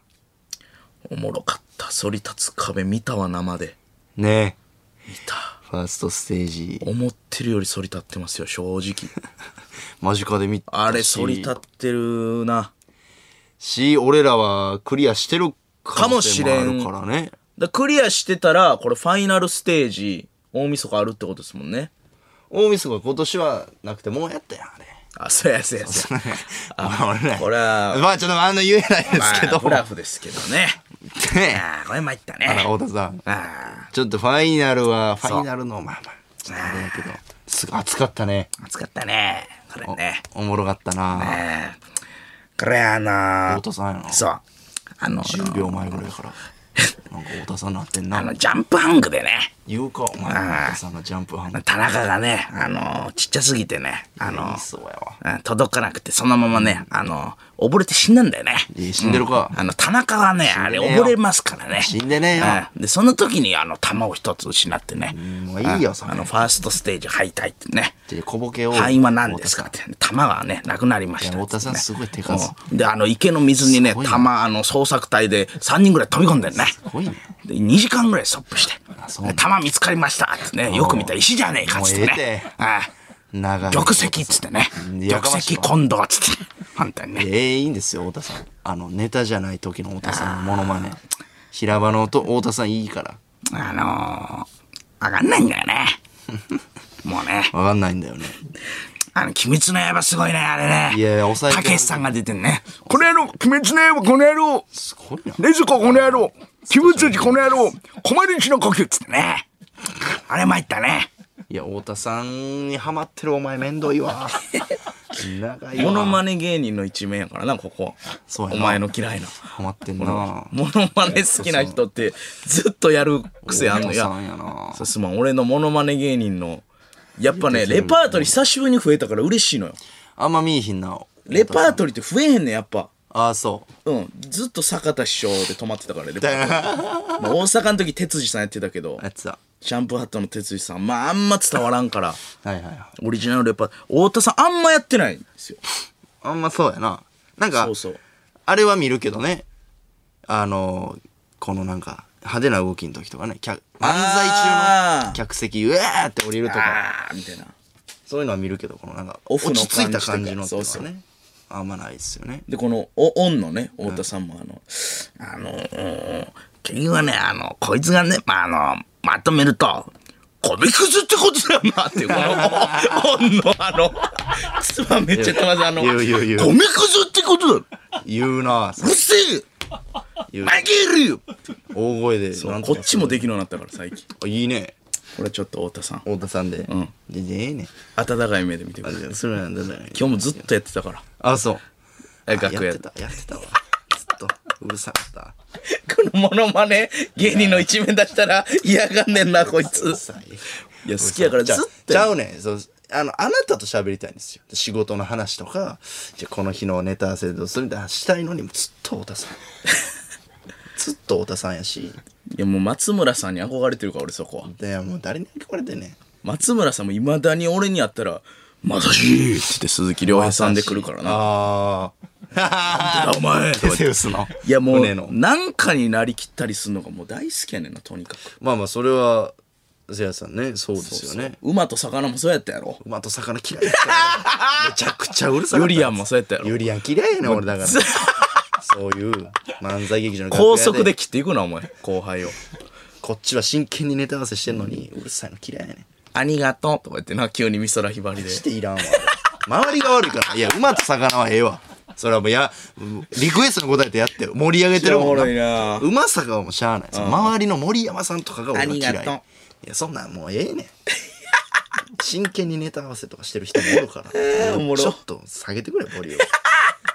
おもろかった。そり立つ壁見たわ、生で。ね見た。ファーストステージ、思ってるより反り立ってますよ、正直。間近で見たし。あれ、反り立ってるな。し、俺らはクリアしてるかもしれん可能性もあるからね。だクリアしてたら、これファイナルステージ、大晦日あるってことですもんね。 大晦日今年はなくてもうやったやん、あれ。あ、そうやそうやそうや。あ 俺ね。これはまあちょっとあの言えないですけまあど。ブラフですけどね。ねああ、これ参ったあら、ね。太田さん。あちょっとファイナルは、フうァイナルの、まあまあ、ちょっとあれやけど、すごい熱かったね。あ、暑かったね。これね。おもろかったな。ええこれあの太田さんやな。そう。あの、 10秒前ぐらいから。なんか太田さんなってんあの、な。ジャンプハングでね。言うか、お前。太田さんがジャンプハンド。田中がね、あの、ちっちゃすぎてね、あのいい、そうやわ。うん届かなくて、そのままね、あの、溺れて死んだんだよね。えー死んでるかうんあの、田中はね、あれ、ねえよ溺れますからね。死んでねえようんで、その時に、あの、弾を一つ失ってね。もういいよ、そあれの、。ファーストステージ敗退ってね。で小ボケを。敗因は何ですかって。弾がね、なくなりましたってね。いや太田さんすごい手数うんで、あの、池の水にね、すごいね弾、あの、捜索隊で3人ぐらい飛び込んでんね。すごいね。で2時間ぐらいストップしてそうな「弾見つかりました」ってねよく見たら石じゃねえかっつってもうえねえてああ長い。玉石っつってねいや玉かまし石いわ今度っつって反対にねええ、いいんですよ、太田さん。あの、ネタじゃない時の太田さんのモノマネ。平場のと太田さんいいから。あのー、上がんないんだよねもうねわかんないんだよね。あの「鬼滅の刃」すごいねあれねいやいや抑えてたけしさんが出てんね「この野郎鬼滅の刃この野郎すごいな。禰豆子この野郎鬼滅寺この野郎小る一の呼吸」っつってねあれ参ったねいや、太田さんにハマってるお前めんどいわ。長いわ。モノマネ芸人の一面やからなここそうやおな前の嫌いなハマってんな。モノマネ好きな人ってずっとやる癖あんの太田さんや。やな。さすまん、俺のモノマネ芸人の、やっぱね、レパートリー久しぶりに増えたから嬉しいのよ。あんま見えひんな。レパートリーって増えへんねん、やっぱ。ああ、そう。 うん。ずっと坂田師匠で止まってたから、レパートリー。まあ大阪の時、哲司さんやってたけどや、つだ。シャンプーハットの哲司さん、まああんま伝わらんから、はいはいはい。オリジナルレパートリー、太田さんあんまやってないんですよ。あんまそうやな。なんか、そうそう。あれは見るけどね。あの、このなんか、派手な動きの時とかね、客漫才中あーの客席、うわーって降りるとか、あーみたいな。そういうのは見るけど、このなんか、オフ落のち着いた感じのと感かじとかね。あんまないですよね。で、この、お、オンのね、太田さんも、あの、あのー、結局はね、あの、こいつがね、まあ、あの、まとめると、コミクズってことだよな、っていう、この、おオンの、あの、つばめっちゃたまず、あの、コ言うミ言う言うクズってことだよ言うなうぁ、るせえ言よう投げるよ大声 で。なんとこかっちもできるようになったから、最近。あいいね。これちょっと太田さん、。太田さんで。うんで、でええね温かい目で見てください。ん。それなんだね。今日もずっとやってたから、あ、そう。えやっ楽屋てで。こた、やってたわ。ずっと、うるさかった。のモノマネ、芸人の一面出したら嫌がんねんな、こいつ。さいや、好きやからずっちとやゃうねんそうあのあなたと喋りたいんですよ仕事の話とかじゃあこの日のネタ合わせどうするみたいな話したいのにもずっと太田 さんずっと太田さんやしいやもう松村さんに憧れてるから俺そこはでもう誰に憧れてんねん松村さんもいまだに俺に会ったら「まさし!」っつって鈴木亮平さんで来るからなあ「なんあだお前!」テセウスのいやも胸うのなんかになりきったりするのがもう大好きやねんなとにかくまあまあそれはせやさんねそうですよね馬と魚もそうやったやろ馬と魚嫌いやったから めちゃくちゃうるさかったユリアンもそうやったやろユリアン嫌いやねん俺 だからそういう漫才劇場の楽屋高速で切っていくなお前後輩をこっちは真剣にネタ合わせしてんのに、うるさいの嫌いやね「ありがとう」とか言ってな急に美空ひばりでん。していらんわ。俺周りが悪いから。いや、馬と魚はええわ。それはもうや、リクエストの答えてやってよ。盛り上げてるもんいやおもろいな馬坂はもうしゃあない。その周りの森山さんとかが俺は嫌あい。りがとういや、そんなんもうええねん。真剣にネタ合わせとかしてる人もおるから。ーおもろちょっと下げてくれ、ボリを。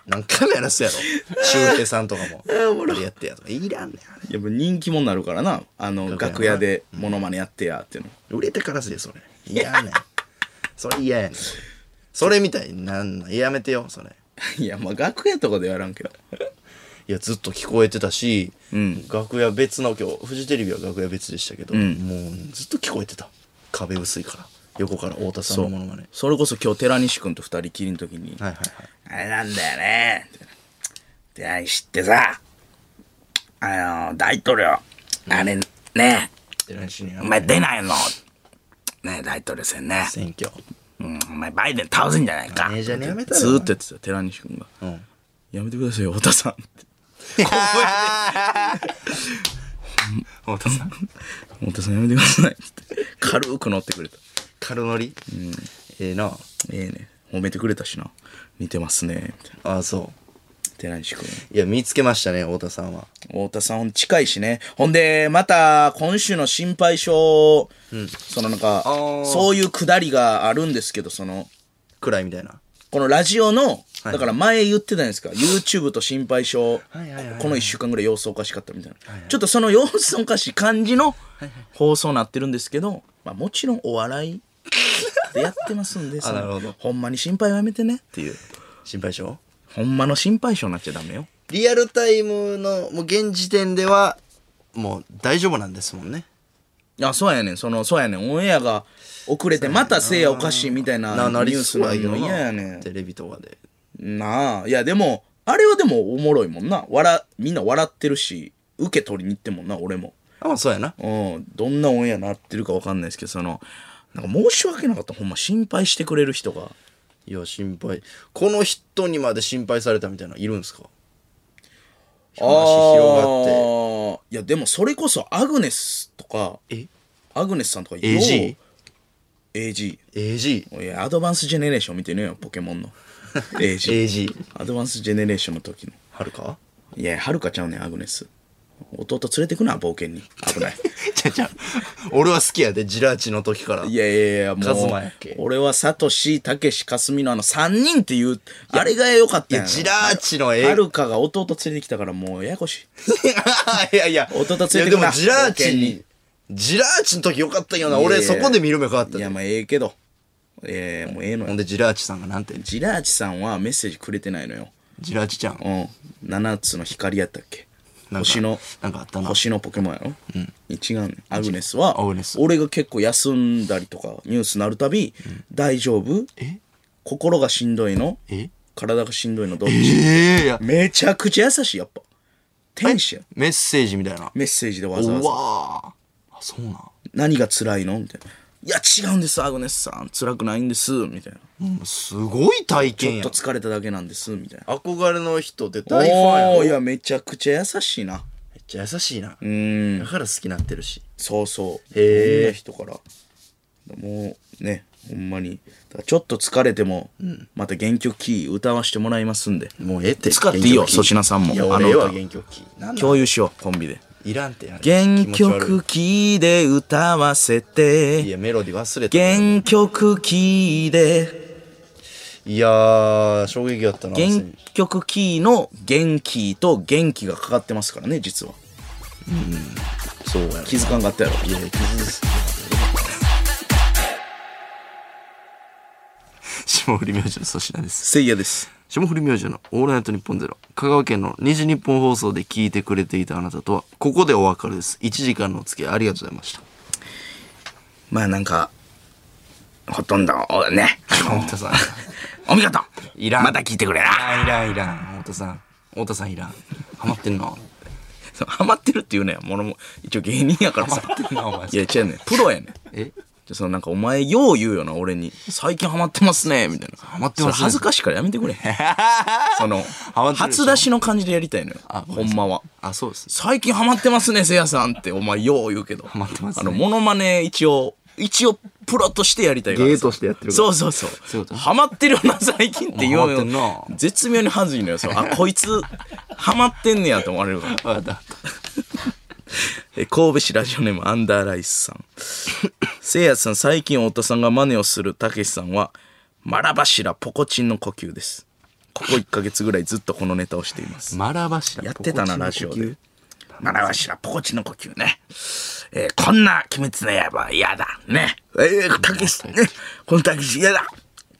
何回もやらす やろ。シュウペイさんとかも。これやってやとか。いらんねん、あれ。やっぱ人気者になるからなあの楽楽屋屋でモノマネやってやっていうの売れてからすでそれ嫌やねんそれ嫌やねんそれみたいになんないやめてよそれいやまあ楽屋とかでやらんけどいやずっと聞こえてたし、楽屋別の今日フジテレビは楽屋別でしたけど、もうずっと聞こえてた壁薄いから横から太田さんのものまねそれこそ今日寺西君と二人きりの時にはいはいはいあれなんだよね。出会い知ってさ、あの、大統領、あれね、寺西にお前出ないの。ね大統領選ね。選挙うん、お前バイデン倒すんじゃないか。マネージャーにやめたらずーっとやってたよ、寺西君が。 うんやめてくださいよ、太田さん。太田さん太田さんやめてください。って軽く乗ってくれた。軽乗り、ええなええね。褒めてくれたしな似てますねみたいなああ、そ寺西君う。いや、見つけましたね、太田さんは。太田さんほん近いしねほんでまた今週の心配性、そのなんかあーそういうくだりがあるんですけどそのくらいみたいな。このラジオの、はいだから前言ってたじゃないですか YouTube と心配性、はいはいはいはいこの1週間ぐらい様子おかしかったみたいな、ちょっとその様子おかしい感じの放送になってるんですけど、まあ、もちろんお笑いでやってま すんでそのなるほどほんまに心配はやめてねっていう心配性ほんまの心配性になっちゃダメよリアルタイムの、もう現時点では、もう大丈夫なんですもんね。あそうやねんそのそうやねんオンエアが遅れてまたせいやおかしいみたいなニュースななりそのうやけど嫌なやねんテレビとかで。なあいやでもあれはでもおもろいもんな笑みんな笑ってるし受け取りに行ってんもんな俺もあ、まあ、そうやな。うんどんなオンエアなってるか分かんないですけどそのなんか申し訳なかったほんま心配してくれる人がいや、心配。この人にまで心配されたみたいなのいるんですか話広がって。っていやでもそれこそアグネスとかえアグネスさんとかよう AG?AG? AG AG? いやアドバンスジェネレーション見てねえよポケモン の AG AG アドバンスジェネレーションの時のはる かいやはるかちゃうねんアグネス弟連れてくな冒険に危ないちゃちゃ俺は好きやで、ジラーチの時から。 いやいやいや、もカズうマやっけ、俺はサトシ、たけし、かすみのあの3人っていう、あれが良かったいんやジラーチの映画はるかが弟連れてきたからもうややこし い。いやいや、弟連れてくないやでもジラー冒チ険にに、ジラーチの時よかったよな。俺そこで見る目変わったいや、で。まあええけど。ええもうええのほんよ。でジラーチさんがなんて、ジラーチさんはメッセージくれてないのよ。ジラーチちゃん。うん。7つの光やったっけなんか星の、なんかあったな。星のポケモンやろ、違うねんアグネスはアグネス俺が結構休んだりとかニュースなるたび、大丈夫え心がしんどいのえ体がしんどいのどっえちえいや、めちゃくちゃ優しいやっぱ天使やメッセージみたいな。メッセージでわうざわざわーあ、そうなん。何が辛いのみたいな「いや違うんですアグネスさん辛くないんです」みたいな「うんすごい体ち験ょっやと。疲れただけなんです」みたいな憧れの人で大ファンやろおーめいっやめちゃくちゃ優しいなちゃ優しいな。うーだんから好きになってるし。そうそうへーこんな人からもうねほんまにだからちょっと疲れても、また原曲キー歌わしてもらいますんでもうええって。使っていいよ原曲粗品さんもいや、あの俺歌は原曲キー。なんだ共有しようコンビでいらんってあれ原気持ち悪曲キーで歌わせていいや、メロディー忘れて。原曲キーでいやー、衝撃やったな。原曲キーの元気と元気がかかってますからね実はそうやろ気づかんかったやろいやいや気づ 霜降り明星の粗品です。せいやです霜降り明星のオールナイトニッポンゼロ。香川県の西日本放送で聞いてくれていたあなたとは、ここでお別れです。1時間のお付き合いありがとうございました。まあなんかほとんど ね太田さん。お見事いらんまた聞いてくれないらんいらん。太田さん。太田さんいらん。ハマってんのハマってるっていうねものも一応芸人やからさハマってんなお前いや違うねプロやねえじゃそのなんかお前よう言うよな俺に最近ハマってますねみたいなハマってますね恥ずかしいからやめ てくれそのマってるでしょ初出しの感じでやりたいのよあごほめんんまはあ、そうです。最近ハマってますね、せいやさんって、お前よう言うけど。ハマってますねあの、モノマネ一応、一応プロとしてやりたいからさ。芸としてやってるからそうそうそう。そういうことねハマってるよな、最近って言うハマってんなの。絶妙に恥ずいのよ。そうあ、こいつ、ハマってんねやと思われるから。わかった。え神戸市ラジオネームアンダーライスさ んせいやさん最近太田さんが真似をするたけしさんはマラバシラポコチンの呼吸ですここ1ヶ月ぐらいずっとこのネタをしていますマラバシラ。やってたなラジオでマラバシラポコチンの呼吸ね、えーこんな鬼滅の刃嫌だねえー、たけしねこのたけし嫌だ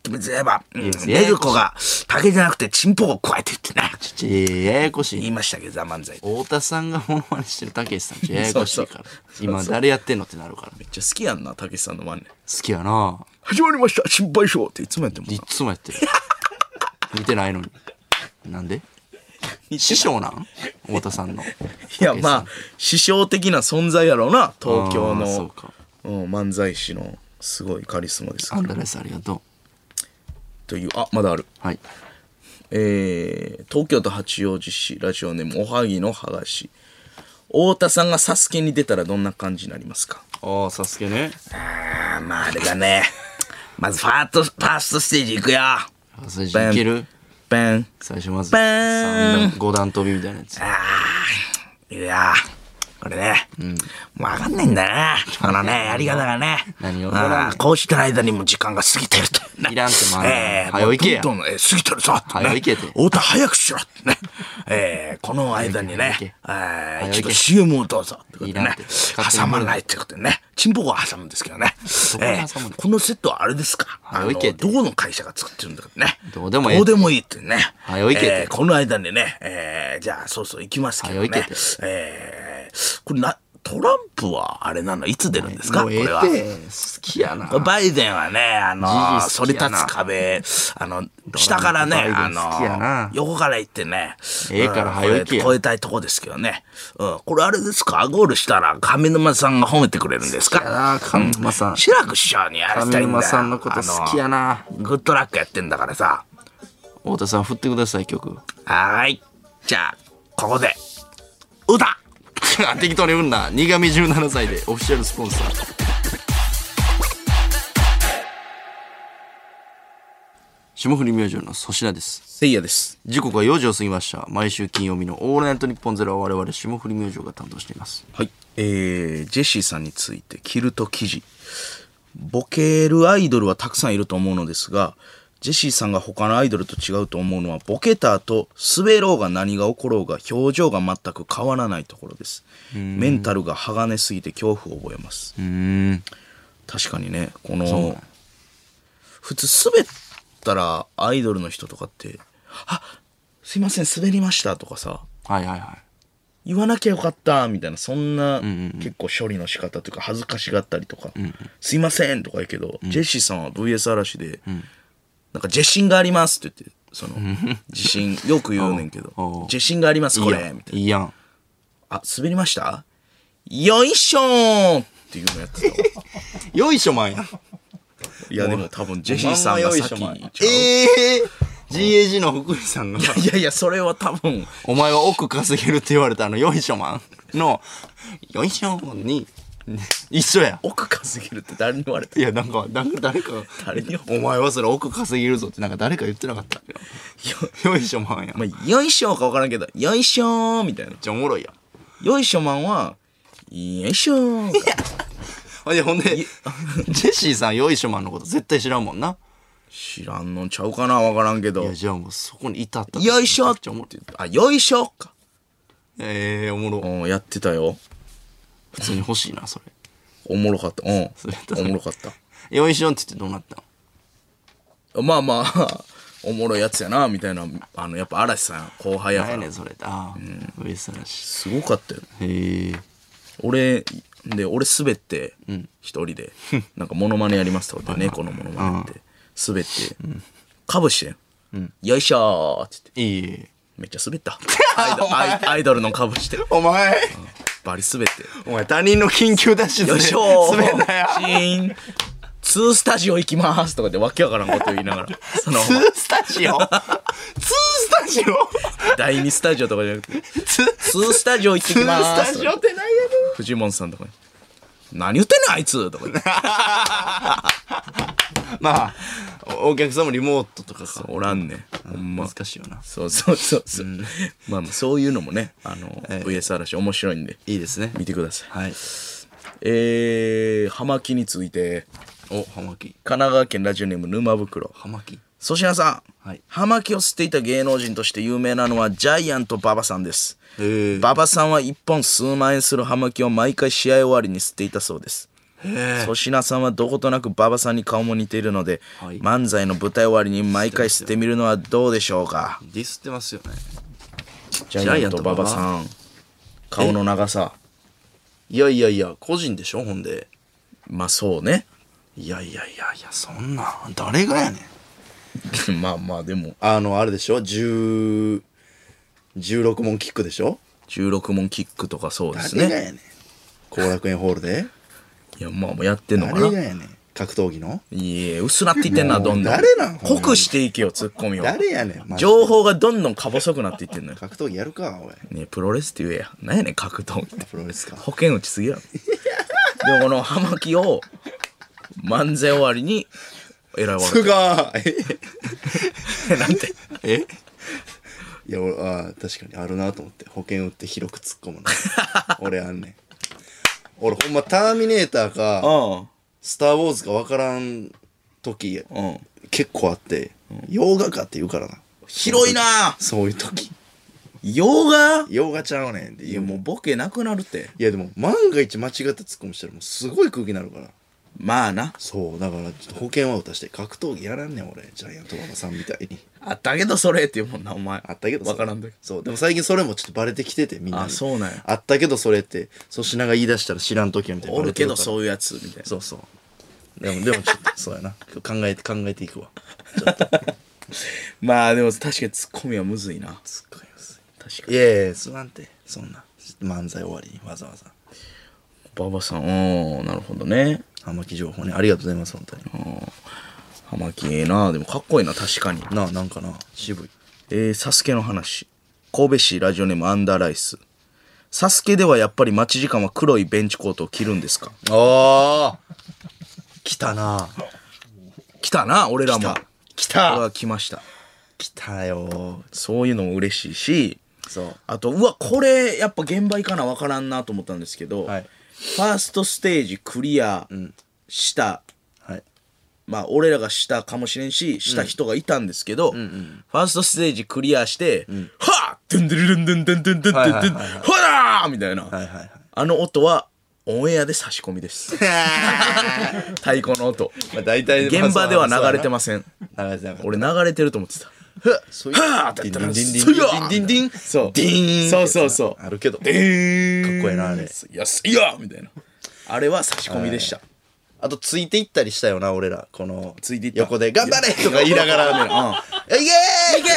鬼滅の刃、うんです、ねメルコが竹じゃなくてチンポを加えてってねちょちょややこしい言いましたけどザ漫才太田さんがモノマネしてるたけしさんちょややこしいからそう今誰やってんのってなるから好めっちゃ好きやんなたけしさんの真似きやな始まりました心配性っていつもやってもんいっなつもやってる見てないのになんで師匠なん太田さんのいやまあ師匠的な存在やろうな東京あーそうのかうん、漫才師のすごいカリスマですかアらンダレスありがとというあまだあるうはいえー、東京都八王子市ラジオネームおはぎのはがし太田さんが「サスケに出たらどんな感じになりますかああサスケねあーまああれだねまずファースト、ファーストステージ行くよ。最初いけるバン。最初まずバーン三段5段跳びみたいなやついやー、これね、もうわかんないんだな。こ のね、やり方がね。何をあーこうしてる間にもう時間が過ぎてると。ねいらんってもあんねんえー早もう行けやどんどんえー過ぎてるぞ。ってね早行けて 太田早くしろってね。えーこの間に早行けね、えー行け一度 CM をどうぞってこといでらんっねて。挟まないってことでね。チンポコは挟むんですけどね。こに挟むえのーこのセットはあれですかあ早の、行けってどこの会社が作ってるんだかね。どうでもええってどうでもいいってね。早行けってえーこの間にね、えーじゃあ、そうそう行きますけど早行けっねて。えーこれな、トランプはあれなのいつ出るんですかもこうええれは。って好きやなバイデンはね、あの、じじい好き反りやな立つ壁、あの、下からね、バイデンあ好きやなの、横から行ってね、ええからうん早行けや越えたいとこですけどね。うん、これあれですかゴールしたら上沼さんが褒めてくれるんですやかな上沼さん志らく師匠にやら上せたいんだよ沼さんのこと好きやなあのグッドラックやってんだからさ。太田さん振ってください曲はーい。じゃあ、ここで、歌適当にうんな苦味17歳でオフィシャルスポンサー霜降り明星の粗品ですせいやです。時刻は4時を過ぎました毎週金曜日の「オールナイトニッポンゼロは我々霜降り明星が担当していますはい。えー、ジェシーさんについて、キルト記事。ボケるアイドルはたくさんいると思うのですが、ジェシーさんが他のアイドルと違うと思うのは、ボケた後、滑ろうが何が起ころうが、表情が全く変わらないところです。メンタルが鋼すぎて恐怖を覚えます。うん確かにね、この、普通滑ったらアイドルの人とかって、あすいません、滑りましたとかさ、はいはいはい言わなきゃよかったみたいなそんな結構処理の仕方というか恥ずかしがったりとか「すいません」とか言うけど、ジェシーさんは VS 嵐で「なんか自信があります」って言ってその自信よく言うねんけ おうおどう「自信がありますいこいれ」やみんたいいいやんな「あ滑りましたよいしょーん!」っていうのやって たわよいしょマンやんいやでも多分ジェシーさんが先にちゃうええ GAG の福井さんが いやいやそれは多分お前は奥稼げるって言われたあの、よいしょマンの、よいしょに、一緒や。奥稼げるって誰に言われた いや、なんか、なんか誰か、誰にお前はそれ奥稼げるぞってなんか誰か言ってなかった。よいしょマンや。まめっあ、よいしょーか分からんけど「よいしょー」みたいなちゃおもろいやん。 「よいしょマン」は「よいしょー」ほんで、ほんで、 ジェシーさんよいしょマンのこと絶対知らんもんな。知らんのんちゃうかなわからんけど。いや、よじゃあもうそこにいたった。いしょめっっちてゃおもろい。あ、よいしょか。ええー、おもうろ。ん、やってたよ。普通に欲しいな、そおもろかった。うんれ。おもろかった。れ。よいしょって言ってどうなったんまあまあ、 おもろいやつやな、みたいな。あの、やっぱ嵐さん、後輩や何かやらね。ん、それ。ああ、上さらし。すごかったよ。へえ。俺、で、俺滑って、一人で、なんかモノマネやりますとか 言って、猫のモノマネやって、滑って、かぶしてん。よいしょーって言って、いい。めっちゃ滑った。アイドアイアイドルのかぶして、お前バリ滑って。お前他人の緊急脱出でよいし ょー滑んなよシーンツースタジオ行きますとかってわけわからんこと言いな がら、その、ツースタ ジオツースタジオ第二スタジオとかじゃなくて、ツーツースタジオ行ってツきーまースタすとジかオってないやね藤本さんとかに、何言ってんねんあいつとか 言って、んまあおお客さんもリモートとかさおらんねん。ほんま。難しいよなそうそうそうそう。 まあまあ、そういうのもね、あの、VS 嵐面白いんで、いいですね見てください。はいえー、葉巻について、お葉巻神奈川県ラジオネーム沼袋。葉巻粗品さん、はい葉巻を吸っていた芸能人として有名なのはジャイアント馬場さんですへー馬場さんは1本数万円する葉巻を毎回試合終わりに吸っていたそうです粗品さんはどことなく馬場さんに顔も似ているので、はい漫才の舞台終わりに毎回吸ってみるのはどうでしょうかディスってますよねジャャイイアンアントト馬馬場場さん顔の長さいやいやいや個人でしょほんでまあそうねいやいやいやいやそんなん誰がやねん まあまあでもあのあれでしょ10 16問キックでしょ16問キックとかそうです誰がねやねん後楽園ホールでいやまあもうやってんのか誰ながやねん格闘技のいえ、薄なっていってんな、もうどんどん。誰なんほんまに濃くしていけよ、ツッコミを。誰やねんマジで情報がどんどんか細くなってい ってんのよ。格闘技やるかおいねえプロレスって言えや。なんやねん、格闘技って。プロレスか保険打ちすぎやろ。でもこの、葉巻を、漫才終わりに、えらい笑すがーいって なんてえいや俺あー確かにあるなと思って保険打って広く突っ込 むの俺あんねん俺ほんま「ターミネーター」かう「スター・ウォーズ」か分からん時んうん結構あって洋画かって言うからな広いなそういう時洋画洋画ちゃうねんってい言やうもうボケなくなるっていやでも万が一間違って突っ込みしたらもうすごい空気になるからまあなそうだからちょっと保険は渡して格闘技やらんねん俺ジャイアント馬場さんみたいにあったけどそれっていうもんなお前あったけどそわれからんときそうでも最近それもちょっとバレてきててみんなにあそうなんやあったけどそれって粗品が言い出したら知らん時やみたいなおるけどうそういうやつみたいなそう そうでもでもちょっとそうやな今日考えて考えていくわまあでも確かにツッコミはむずいなすっごい安確いかにいやいやすまんてそんな漫才終わりにわざわざ馬場さんうんなるほどね浜木情報ねありがとうございます本当にハマキええなでもかっこいいな確かになあなんかな渋いえー、サスケの話。神戸市ラジオネームアンダーライス。サスケではやっぱり待ち時間は黒いベンチコートを着るんですかああ来たな来たな、俺らも。来これたは来ました。来たよそういうのも嬉しいし、そうあと、うわ、これ、やっぱ現場行かなわからんなと思ったんですけど、はいファーストステージクリアした、はいまあ、俺らがしたかもしれんし、した人がいたんですけど、ファーストステージクリアして、はぁドゥンドゥルルンドゥンドゥンドゥンドゥンドゥンドゥン、はほらーみたいな。はいはいはいあの音はオンエアで差し込み です。太鼓の音。まあ 大体現場では流れてませせん。ん。流れてなかった。俺流れてると思ってた。ふっ、そういう。はあディンデだったィンらディンそデうよィンディンディンディン。そうディーン。そうそうそうあるけど。かっえー、こええな、あれ。いや、すいやみたいな。あれは差し込みでした。あと、ついていったりしたよな、俺ら。この、ついていった横で、頑張れとか言いながらね。うん。いけーいけ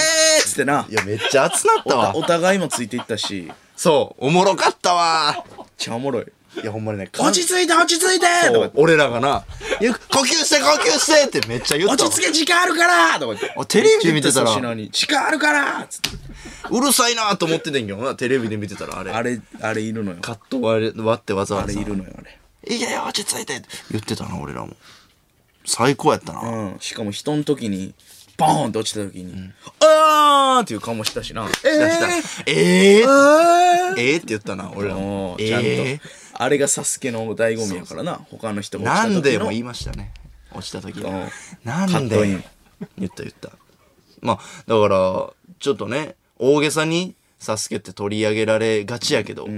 つってなーい、や、めっちゃ熱なったわお。互いもついていったし、めっそう、おもろかったわ。ちゃおもろい。いや、ほんまにね、か 落ち着いて、落ち着いてとか俺らがな、よく呼吸して、呼吸してってめっちゃ言った落わ。ち着け、時間あるからとか言って。あテレビで見てたらめっちゃ言った粗品に時間あるからつって。うるさいなと思っててんけどな、テレビで見てたら、あれ。あれ、あれいるのよ。カット割れ割ってわざわあざれ。いるのよ、あれ。いけよ、落ち着いてって言ってたな、俺らも。最高やったな。うん、しかも人の時にボーンって落ちた時に「あー!」っていう顔もしたしなえええー、 ええって言ったな、俺らもも。うちゃんと、えあれがサスケの醍醐味やからな他の人えがなん落ちた時のでも言いましたね。落ちた時うんに。なカんットインで言った言った。まあ、だから、ちょっとね、大げさに、サスケって取り上げられがちやけど、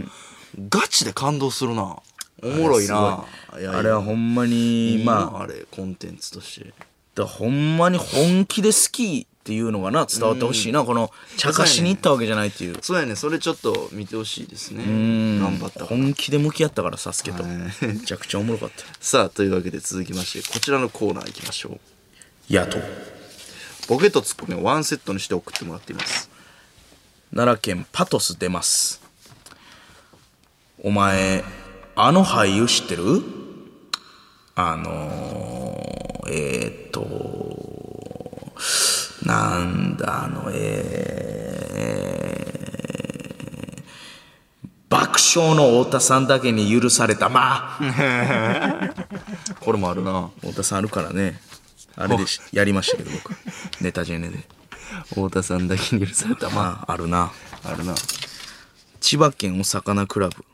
ガチで感動するな。おもろいな。いやいやあれはほんまにいいなまああれ、コンテンツとして。だほんまに本気で好きっていうのがな伝わってほしいな、この茶化しに行ったわけじゃないっていうそうやね、それちょっと見てほしいですね。うん頑張った。本気で向き合ったからサスケと、はいめちゃくちゃおもろかったさあ、というわけで続きまして、こちらのコーナー行きましょう。いやとボケとツッコミをワンセットにして送ってもらっています。奈良県パトス出ますお前あの俳優知ってるあのー、えー、っとなんだあのえー爆笑の太田さんだけに許されたまあこれもあるな。太田さんあるからねあれでしやりましたけど僕ネタジェネで太田さんだけに許された。ままああるなあ、あるな。千葉県お魚クラブ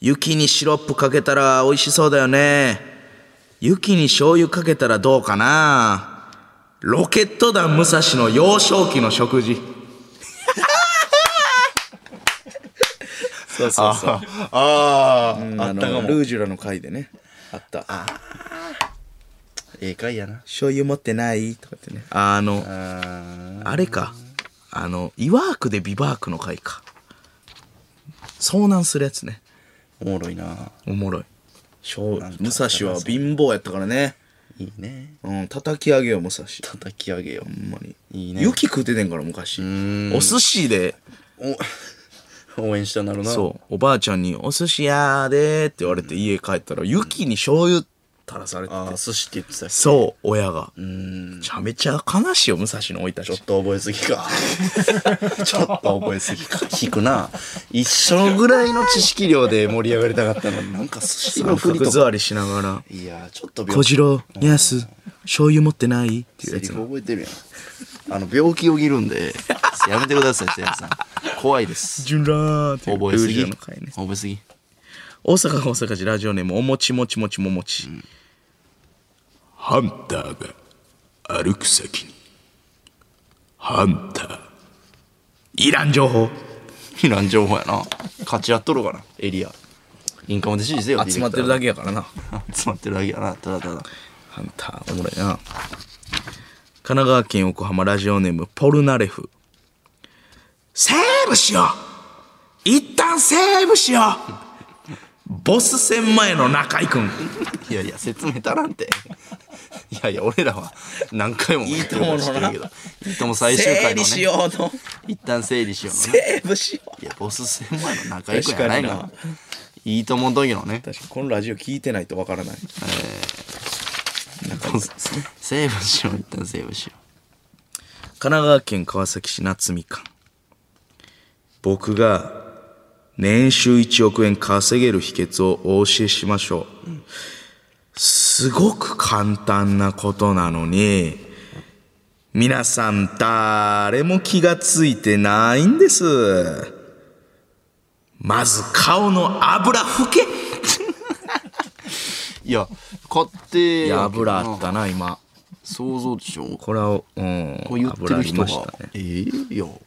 雪にシロップかけたら美味しそうだよね雪に醤油かけたらどうかなロケット団武蔵の幼少期の食事そうそうそうああのルージュラの回でねあったええかいやな。醤油持ってないとかってねあのああれかあのイワークでビバークの回か遭難するやつねおもろいな。おもろい武蔵んかは貧乏やったからねいいね。うん叩き上げよ武蔵叩き上げよほんまにいいね雪食うててんから昔んお寿司でう。応援したなるな。そうおばあちゃんに「お寿司屋で」って言われて家帰ったら雪に醤油垂らされてああ、て寿司って言ってた。ちそう親がめちゃめちゃ悲しいよ武蔵の生いたょっちと覚えすぎ か。ちょっと覚えすぎか。引くな。一緒ぐらいの知識量で盛り上がりたかったのに、なんか寿司の三振り角とか。座りしながらいやー、ちょっと「小次郎やす醤油持ってないっていうセやリつフ覚えてるやん。あの、病気をぎるんで、やめてください、せやさん。怖い です。ジュンラーっていう覚えすぎ。ルージュの回ね覚えすぎ。大阪大阪市ラジオネームおもちもちもちももち、ハンターが歩く先にハンターいらん情報避難情報やな。勝ち合っとるかな、エリア。インカムで指示せよ、集まってるだだけやからなけ。集まってるだけやな、ただただ。ハンターおもろいな神奈川県横浜ラジオネームポルナレフセーブしよう一旦セーブしようボス戦前の中居君いやいや、説明足らんて。いやいや、俺らは何回もいいとものな繰り返してるけど。いいとも最終回のね。ようの一旦整理しようのね。 セーブしよういや、ボス戦前の仲良くやないの確。いいともの時のね。確かにこのラジオ聞いてないとわからないセーブしよう、一旦セーブしよ神奈川県川崎市夏みかん僕が年収1億円稼げる秘訣をお教えしましょう、すごく簡単なことなのに皆さん誰も気がついてないんですまず顔の油拭けう。いや、買って。いや油あったな今想像でしょここれはうんう言って油あるり人まがしたね。えーいや。こ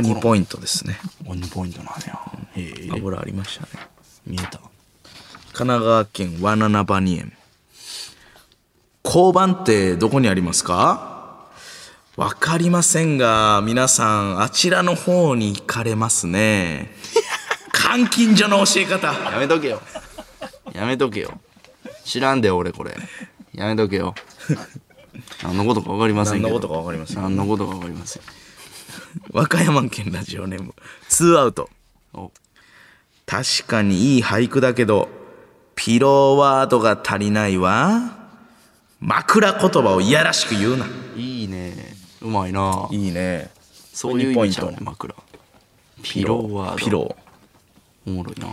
れ2ポイントですねワンポイントなんや。えー油ありましたね見えた。神奈川県ワナナバニエン交番ってどこにありますかわかりませんが皆さんあちらの方に行かれます ね監禁所の教え方やめと けよ。やめとけよ。知らんで、俺これ。やめとけ よ。何のことかわかりませんけど。何のことかわかりません何のことかわかりません。和歌山県ラジオネームツーアウトお確かにいい俳句だけどピローワードが足りないわ枕言葉をいやらしく言うないいね。うまいな。いいねそういう意味ちゃうね、枕。ピローワード。ピローおもろいな。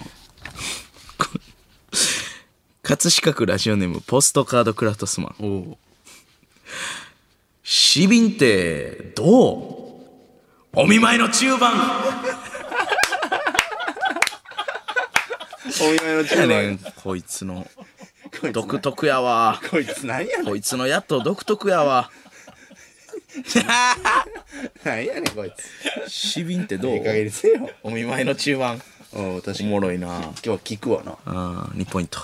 葛飾区ラジオネームポストカードクラフトスマンおう死瓶ってどうお見舞いの中盤お見舞いの中 盤。こいつのこいつ独特やわこいつ何やねん。こいつのやっと独特やわ何やねん、こいつ。死瓶ってどいうい加減にせよ。お見舞いの中盤おう確かおに。もろいな今日は聞くわな。あー2ポイント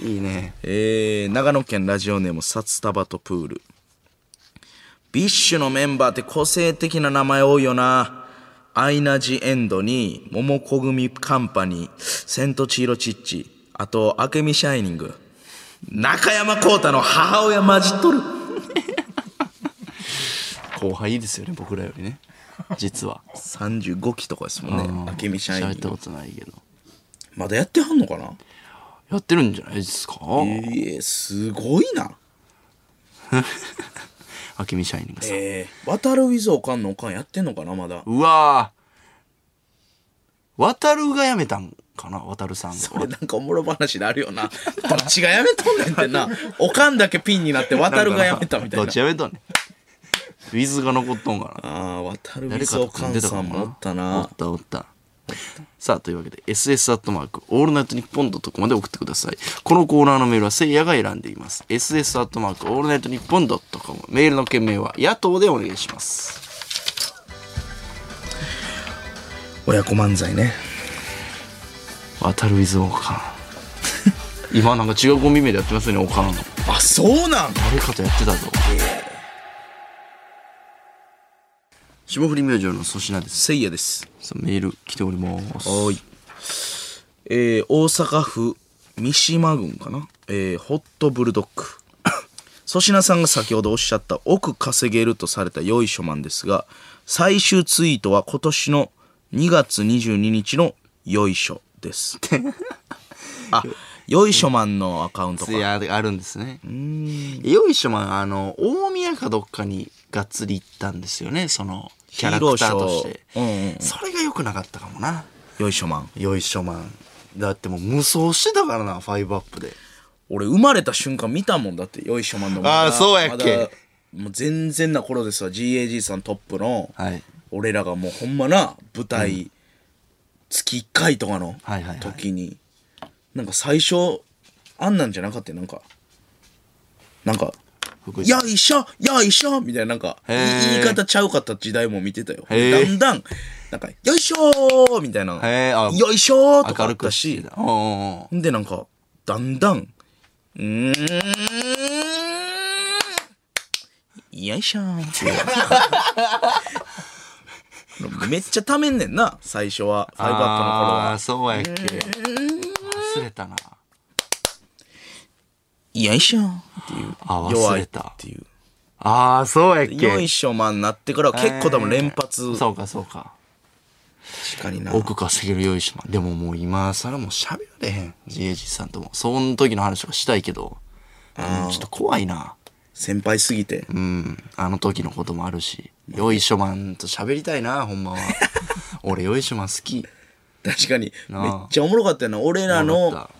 いいね。えー、長野県ラジオネーム札束とプールビッシュのメンバーって個性的な名前多いよなアイナ・ジ・エンドに桃子組カンパニーセントチーロ・チッチあと明美シャイニング中山浩太の母親混じっとる後輩ですよね、僕らより ね。実は。 35期とかですもんね明美シャイ喋ニっンたグことないけど。まだやってはんのかなやってるんじゃないですかええすごいなあけみシャイニングさん。ええ渡るウィズおかんのおかんやってんのかなまだうわぁ。渡るがやめたんかな渡るさんが。これなんかおもろ話であるよな。どっちがやめとんねんってな。おかんだけピンになって渡るがやめたみたいどなっ。ちやめたん ねん。ウィズが残っとんかな。ああ、渡る誰水かおとか組んんでたさかんももな。おったおなっ。たおった。さあ、というわけで、ss アットマーク、オールナイトニッポンドットコムまで送ってください。このコーナーのメールはせいやが選んでいます。ss アットマーク、オールナイトニッポンドットコム。メールの件名は、野党でお願いします。親子漫才ね。渡るウィズオカン。 今なんか違うコンビ名でやってますよね、オカン。あ、そうなん誰かとやってたぞ。霜降り明星の粗品です。せいやです。さあメール来ております。はーい。えー、大阪府三島郡かな。えー、ホットブルドッグ。 粗品さんが先ほどおっしゃった億稼げるとされたよいしょマンですが、最終ツイートは今年の2月22日のよいしょ です。あ、よいしょマンのアカウントか。いやあるんですね。よいしょまああの大宮かどっかにがっつり行ったんですよねそのキャラクターとして、ヒーローショーうんうんそれが良くなかったかもなよいしょマン。よいしょマンだってもう無双してたからなファイブアップで俺生まれた瞬間見たもんだってよいしょマンのまだあーそうやっけまだもう全然な頃ですわ GAG さんトップの、はい俺らがもうほんまな舞台、月1回とかのはいはいはい時に、なんか最初あんなんじゃなかったよなんかなんか福「井さよんいしょよいしょ」みたいななんかへー言い方ちゃうかった時代も見てたよだへーんだんなんか「よいしょ」みたいなへーあ「よいしょ」とかあ明っるたくししてたおうおうおうほんでなんか、だんだん、うーん、よいしょーって。 めっちゃためんねんな、最初は。ファイブアップの頃ああは。そうやっけ忘れたなよいしょーっていう。あ忘弱いれったていう。ああそうやっよけいしょマンになってからは結構多分連発。そうかそうか確かにな。奥稼げるよいしょマンでももう今更もう喋られへん GAG さんともそん時の話とかしたいけどうんちょっと怖いな先輩すぎて。うんあの時のこともあるしよいしょマンと喋りたいなほんまは 俺よいしょマン好き確かに。なあめっちゃおもろかったよな。俺ら思っの、た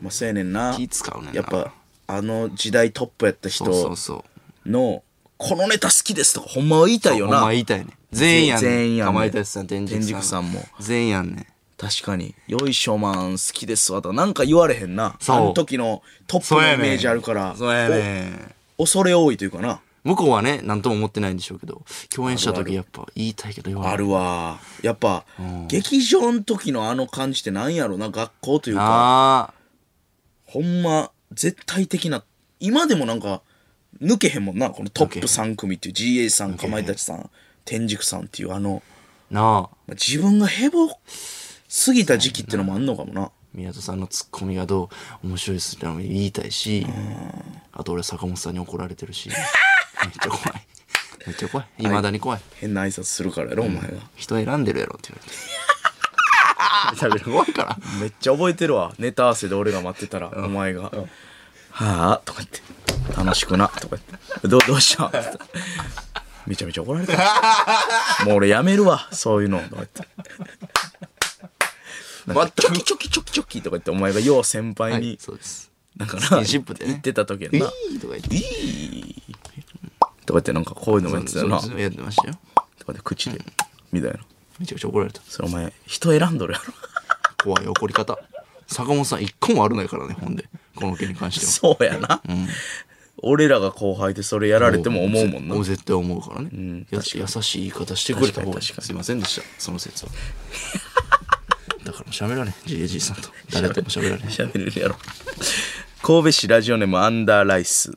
まあ、そうやねんな。気使うねんなやっぱ、あの時代トップやった人。そうそうそうの、このネタ好きですとか、ほんまは言いたいよお前な。言いたいねん全員やんねん全員やんねんかまいたちさん天竺さん天竺さんも全員やんねん確かに。よいしょマン好きですわとか、なんか言われへんな。そうあの時のトップのイメージあるから、そうやねんお恐れ多いというかな。向こうはね何とも思ってないんでしょうけど共演した時やっぱ言いたいけど言わないあるわ。やっぱ、劇場の時のあの感じってなんやろな、学校というか、あほんま、絶対的な、今でもなんか、抜けへんもんな、このトップ3組っていう GA さん、かまいたちさん、天竺さんっていうあの、ーなあまあ自分がヘボすぎた時期ってのもあんのかもな。宮戸さんのツッコミがどう面白いっすってのも言いたいしあと俺坂本さんに怒られて るしめっちゃ怖いめっちゃ怖い未だに怖い変な挨拶するからやろ、お前が。人選んでるやろって言われてめちゃめちゃ怖いからめっちゃ覚えてるわネタ合わせで俺が待ってたら、お前が「はあ」とか言って「楽しくな」とか言って「どうどうした?」って言ったらめちゃめちゃ怒られたもう俺やめるわそういうの」とか言って。なんかチョキチョキチョキチョキとか言ってお前がよう先輩はいにそうですなんかスキなンシップでね言ってた時やんいな「いとか言っていい」とか言ってなんかこういうのもやってたよなとそうかですやってましたよ言って口でみたいなめちゃくちゃ怒られたそれお前人選んどるやろ怖い怒り方坂本さん一個もあるないからねほんでこの件に関してはそうやな俺らが後輩でそれやられても思うもんなぜ絶対思うからね、や確か優しい言い方してくれた方が確かに確かにすいませんでしたその 説はだからもう喋らねえ JG さんと誰とも喋らねえ喋れるやろ神戸市ラジオネームアンダーライス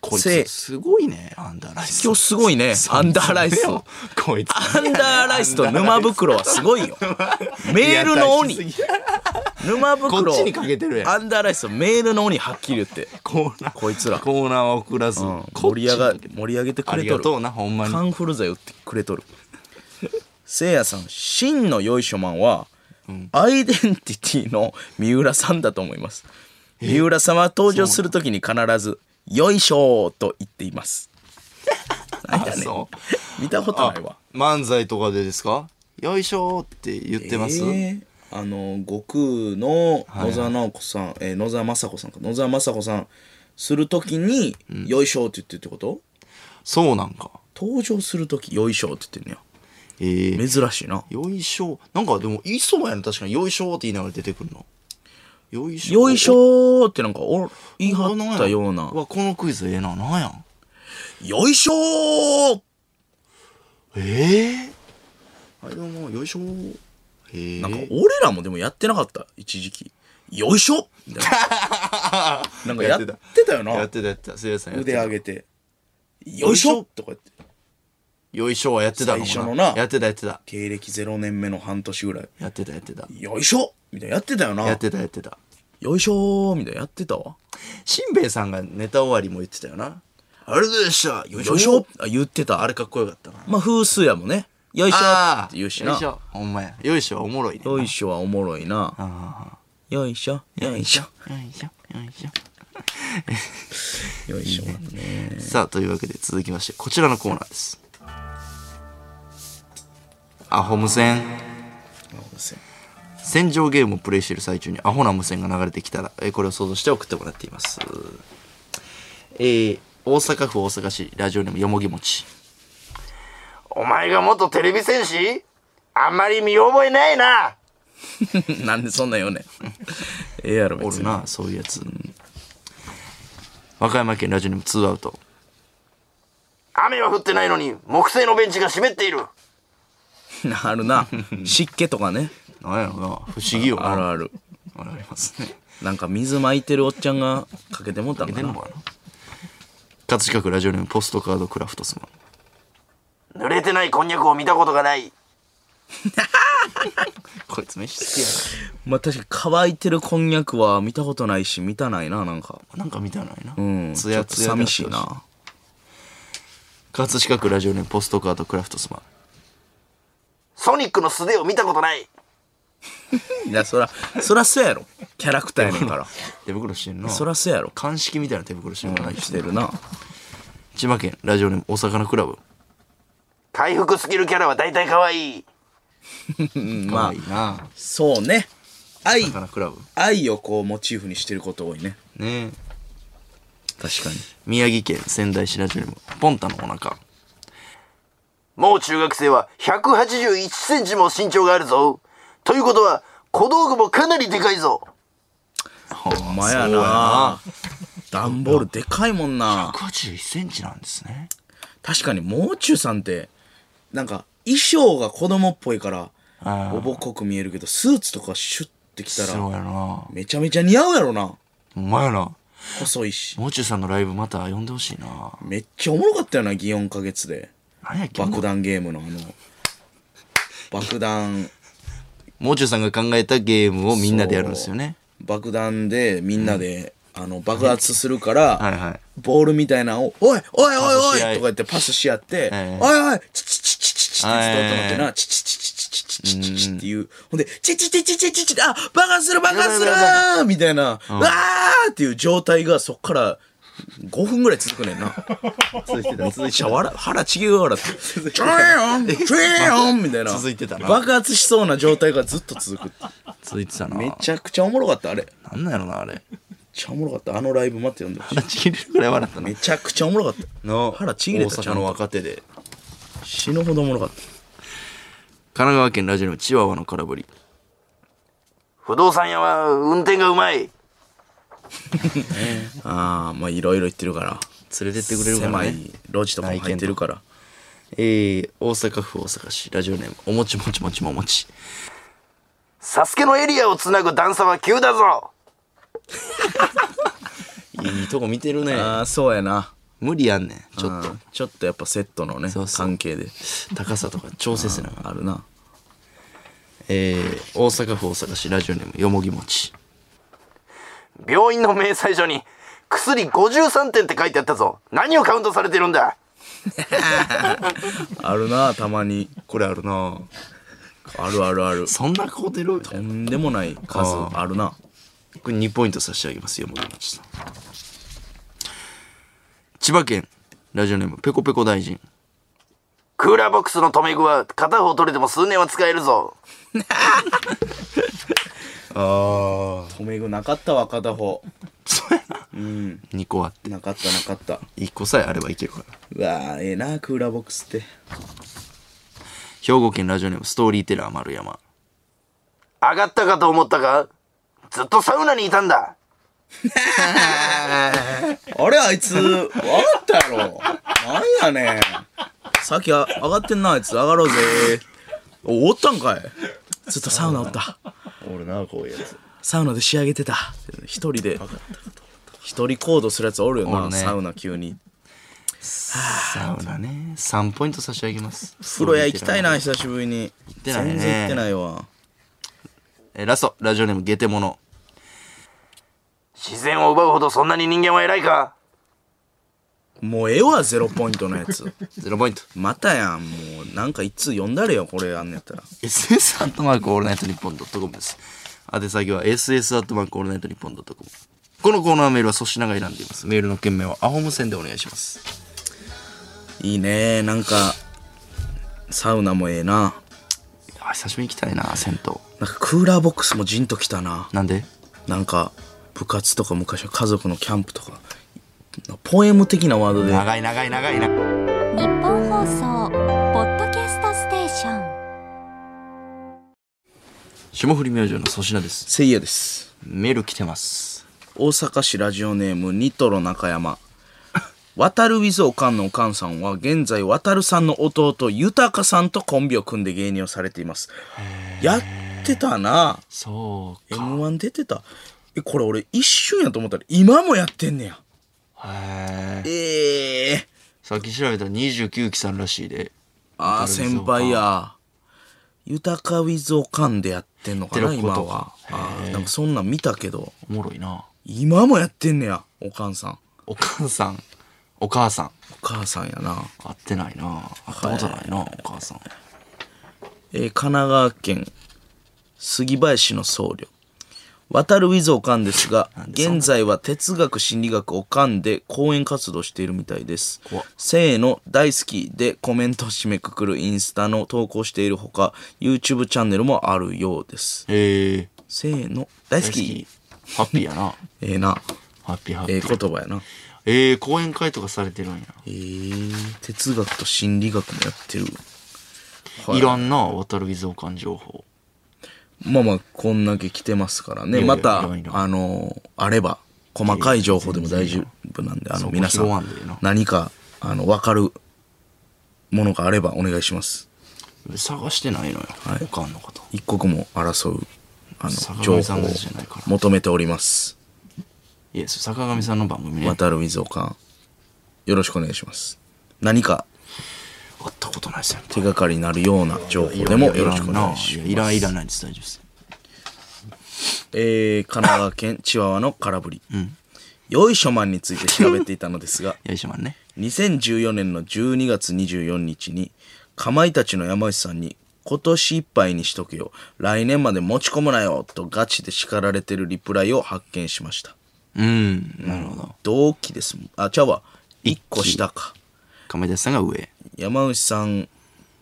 こいせつすごいねアンダーライス今日すごいねアンダーライスよこいつアンダーライスと沼袋はす ごいよメールの鬼いや大しす沼袋こっちにかけてるやんアンダーライスとメールの鬼はっきり言って、コーナーこいつらコーナーは送らず、うんこっ盛ちり上が盛り上げてくあれりとがるとうなほんまにカンフル剤売ってくれとるせいやさん真のよいしょマンは、アイデンティティの三浦さんだと思います三浦さんは登場するときに必ず「よいしょー」と言っていますなんやねんそ見たことないわ漫才とかでですかよいしょーって言ってます、えーあの悟空の野沢直子さん、えー野沢雅子さんか野沢雅子さんするときに「よいしょ」って言ってるってこと、そうなんか登場するとき「よいしょ」って言ってんねえーや珍しいなよいしょ。なんかでも、いそうやな、確かに。よいしょって言いながら出てくるの。よいしょ。よいしょーってなんかお言い張ったようなう。わ、このクイズええな。なんやん。よいしょーええはい、どうも、よいしょええなんか俺らもでもやってなかった、一時期。よいしょみたいな。なんかやってたよやっな。てた、やってた。せいやさんやって腕た。上げて。よいしょとか言って。よいしょはやってたかも最初のなやってた、やってた。芸歴0年目の半年ぐらい。やってた、やってた。よいしょみたいなやってたよやなっ。てた、やってた。よいしょーみたいなやってたわ。しんべヱさんがネタ終わりも言ってたよな。あれでした。よいしょよいしょあ、言ってた。あれかっこよかったな。まあ、風数やもね。よいしょあっあて言うしよないし。ょ。ほんまや。よいしょはおもろいね。よいしょはおもろいな。よいしょ、よいしょ、よいしょ、よいしょ。よいしょはね。さあというわけで続きましてこちらのコーナーですアホ無線戦場ゲームをプレイしている最中にアホな無線が流れてきたら、えーこれを想像して送ってもらっています。えー大阪府大阪市、ラジオネームよもぎもち。お前が元テレビ戦士あんまり見覚えないななんでそんなん 言うねん。ええやろ、お別るに。なそういうやつ、和歌山県ラジオネーム2アウト雨は降ってないのに木製のベンチが湿っている あるな。湿気とかね。なんやろな不思議よなあるある。あれありますねなんか水巻いてるおっちゃんがかけてもったんかでな。もあの葛飾区ラジオネームポストカードクラフトスマン濡れてないこんにゃくを見たことがない こいつ飯好きやまあ確かに乾いてるこんにゃくは見たことないし、見たないな、なんか。ななんか見たないなうん。つやつやちょっと寂しいな。葛飾区ラジオネームポストカードクラフトスマンソニックの素手を見たことないいや、そら、そらそうやろ。キャラクターやねんから。手袋してんのそらそうやろ。鑑識みたいな手袋してるから、してるな。千葉県ラジオネームお魚クラブ回復スキルキャラは大体可愛い可まあ愛い、なそうね。愛お、魚クラブ愛をこうモチーフにしてること多いね。ねえ確かに。宮城県仙台市ラジオネームポンタのお腹もう中学生は1 8 1センチも身長があるぞということは小道具もかなりでかいぞほんまやな。ダンボールでかいもんな。 1 8 1ンチなんですね確かにもう中さんってなんか衣装が子供っぽいからあーおぼっこく見えるけどスーツとかシュッてきたそうらやなめちゃめちゃ似合うやろなお前やな細いしもう中さんのライブまた呼んでほしいなめっちゃおもろかったよな祇園か月で何やっけ爆弾ゲームのあの爆弾もう中さんが考えたゲームをみんなでやるんですよね爆弾でみんなで、あの爆発するかはいら、はいボールみたいなのを「おいおいおいおい!」パスし合いとか言ってパスし合ってええ「おいおいチチチチチチ」ってずっと音鳴ってはな「チチチチチチチチチ」っていうほんで「チチチチチチチ」あ爆発する爆発する!」みたいな「うわー!」っていう状態がそっから5分ぐらい続くねんな。続いてた続いめっちゃ笑腹ちぎる笑って「チョーンチョーン!」みたいな続いてたな爆発しそうな状態がずっと続く続いてたなめちゃくちゃおもろかったあれなんなんやろなあれめっちゃおもろかったあのライブ待って呼んでほしいちぎれるぐらい笑ったなめちゃくちゃおもろかったの腹ちぎれた大ちゃ阪んのと若手で神死ぬほどおもろかった奈川県ラジオのチワワの空振り不動産屋は運転がうまいああまあいろいろ言ってるから連れてってくれるから狭ねい路地とかも入ってるからえー、大阪府大阪市ラジオネームおもちもちもちももちサスケのエリアをつなぐ段差は急だぞいいとこ見てるねああそうやな無理やんねんちちょょっっととちょっとやっぱセットのねそうそう関係で高さとか調整せなあるなえー、大阪府大阪市ラジオネームよもぎもち病院の明細書に薬53点って書いてあったぞ何をカウントされてるんだあるなたまにこれあるなあるあるあるそんな子出ろよとんでもない数あーあるなこれ2ポイント差し上げますよもぎもちさん千葉県ラジオネームペコペコ大臣クーラーボックスの留め具は片方取れても数年は使える ぞ留め具なかったわ片方そうやな、2個あってなかったなかった1個さえあればいけるからうわーええなクーラーボックスって兵庫県ラジオネームストーリーテラー丸山上がったかと思ったかずっとサウナにいたんだあれあいつ、上がったやろ。なんやねん。さっきあ上がってんな、あいつ。上がろうぜ。おおったんかい。ずっとサウナおった。俺なこういうやつサウナで仕上げてた。一人で。一人行動するやつおるよおるな、ねサウナ急に。サウナね3ポイント差し上げます風呂屋行きたいな、久しぶりに。てないね全然行ってないわ。えラストラジオネームゲテモノ自然を奪うほどそんなに人間は偉いかもうええわ、ゼロポイントのやつ。 0ポイントまたやん、もう。なんか一通読んだれよ、これあんねやったら。 SS アットマークオールナイトニッポンドットコムです。宛先は SS アットマークオールナイトニッポンドットコム。このコーナーメールは粗品が選んでいます。メールの件名はアホ無線でお願いします。いいね、なんか、サウナもええな。あ久しぶりに行きたいな銭湯なんかクーラーボックスもジンときたななんでなんか部活とか昔は家族のキャンプとかポエム的なワードで長い長い長いな日本放送ポッドキャストステーション霜降り明星の粗品ですせいやですメール来てます大阪市ラジオネームニトロ中山渡る with おかんのおかんさんは現在渡るさんの弟豊さんとコンビを組んで芸人をされていますやってたなそうか m 1出てたえこれ俺一瞬やと思ったら今もやってんねやへえええさっき調べたら29期さんらしいでああ渡る with 先輩や豊か with おかんでやってんのかやっなてるこ今とはかあーなんかそんなん見たけどおもろいな今もやってんねやおかんさんお母さんお母さんお母さんやな会ってないな会ったことないなお母さんえー神奈川県杉林の僧侶渡る with おかんですが現在は哲学心理学おかんで講演活動しているみたいです怖っ「せーの大好き」でコメントを締めくくるインスタの投稿しているほか YouTube チャンネルもあるようですへえ「せーの大好きハッピーやな」ええなハッピーハッピええー言葉やなええ講演会とかされてるんやえー、哲学と心理学もやってる、はいらんな渡る水岡情報まあまあこんだけ来てますからねいやいやまたいろいろあのあれば細かい情報でも大丈夫なんであそのこ皆さ拾わんでええなん何かあの分かるものがあればお願いします探してないのよ、はいおかんのこと一刻も争うあの坂情上さ報んをのやつじゃないから求めておりますいやそれ坂上さんの番組ね渡る水岡よろしくお願いします何か会ったことないですよ手がかりになるような情報でもよろしくお願いしやまやすいらんいらないです大丈夫ですえー、神奈川県チワワの空振り、よいしょマンについて調べていたのですが よいしょまんね2014年の12月24日にかまいたちの山内さんに今年いっぱいにしとけよ来年まで持ち込むなよとガチで叱られてるリプライを発見しましたうんなるほど同期ですもんあちゃうわ一期1個下かかまいたちさんが上山内さん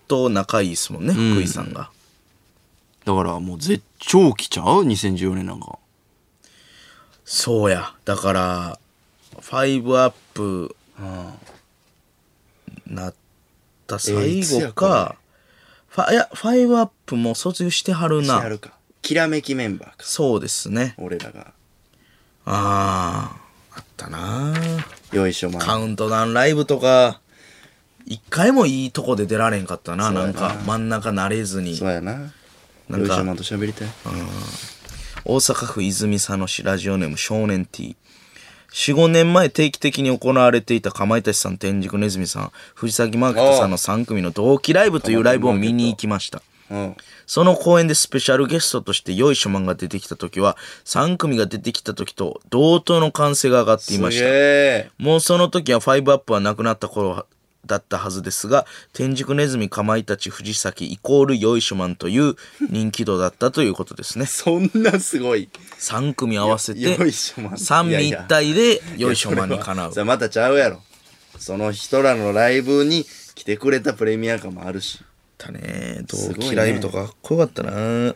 と仲いいですもんね、福井さんがだからもう絶頂期ちゃう2014年なんかそうやだから5アップなったえ最いつや後これか、ファいや5アップも卒業してはるなかきらめきメンバーかそうですね俺らがあああったなーよいしょまカウントダウンライブとか一回もいいとこで出られんかったなそうやななんか真ん中慣れずにうやななんかよいしょまんと喋りたい大阪府泉佐野市ラジオネーム少年 T 45年前定期的に行われていたかまいたちさん天竺ネズミさん藤崎マーケットさんの3組の同期ライブというライブを見に行きましたうんその公演でスペシャルゲストとしてよいしょマンが出てきた時は3組が出てきた時と同等の歓声が上がっていましたえ。もうその時はファイブアップはなくなった頃だったはずですが、天竺ネズミかまいたち藤崎イコールよいしょマンという人気度だったということですねそんなすごい3組合わせて、よいしょマン三位一体でよいしょマンにか なうじゃ。またちゃうやろその人らのライブに来てくれたプレミア感もあるしだね。す同ごい期ねライブとかかっこよかったな。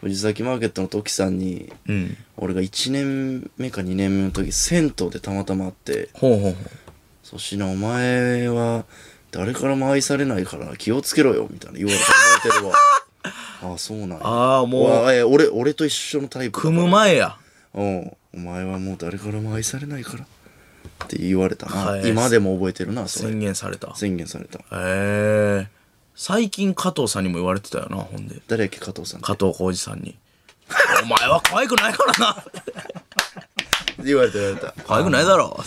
藤崎マーケットの時さんに、うん。俺が1年目か2年目の時銭湯でたまたま会ってほうほうほう。 「粗品お前は誰からも愛されないから気をつけろよ」みたいな言われて覚えてるわ ああそうなんやああもうお前え俺俺と一緒のタイプだから組む前や。うんお前はもう誰からも愛されないからって言われたな、はい今でも覚えてるなそれ宣言された。へ宣言されたえ。最近加藤さんにも言われてたよな、ほんで。誰やっけ加藤さんって加藤浩次さんに。お前は可愛くないからな。言われた言われた可愛くないだろ。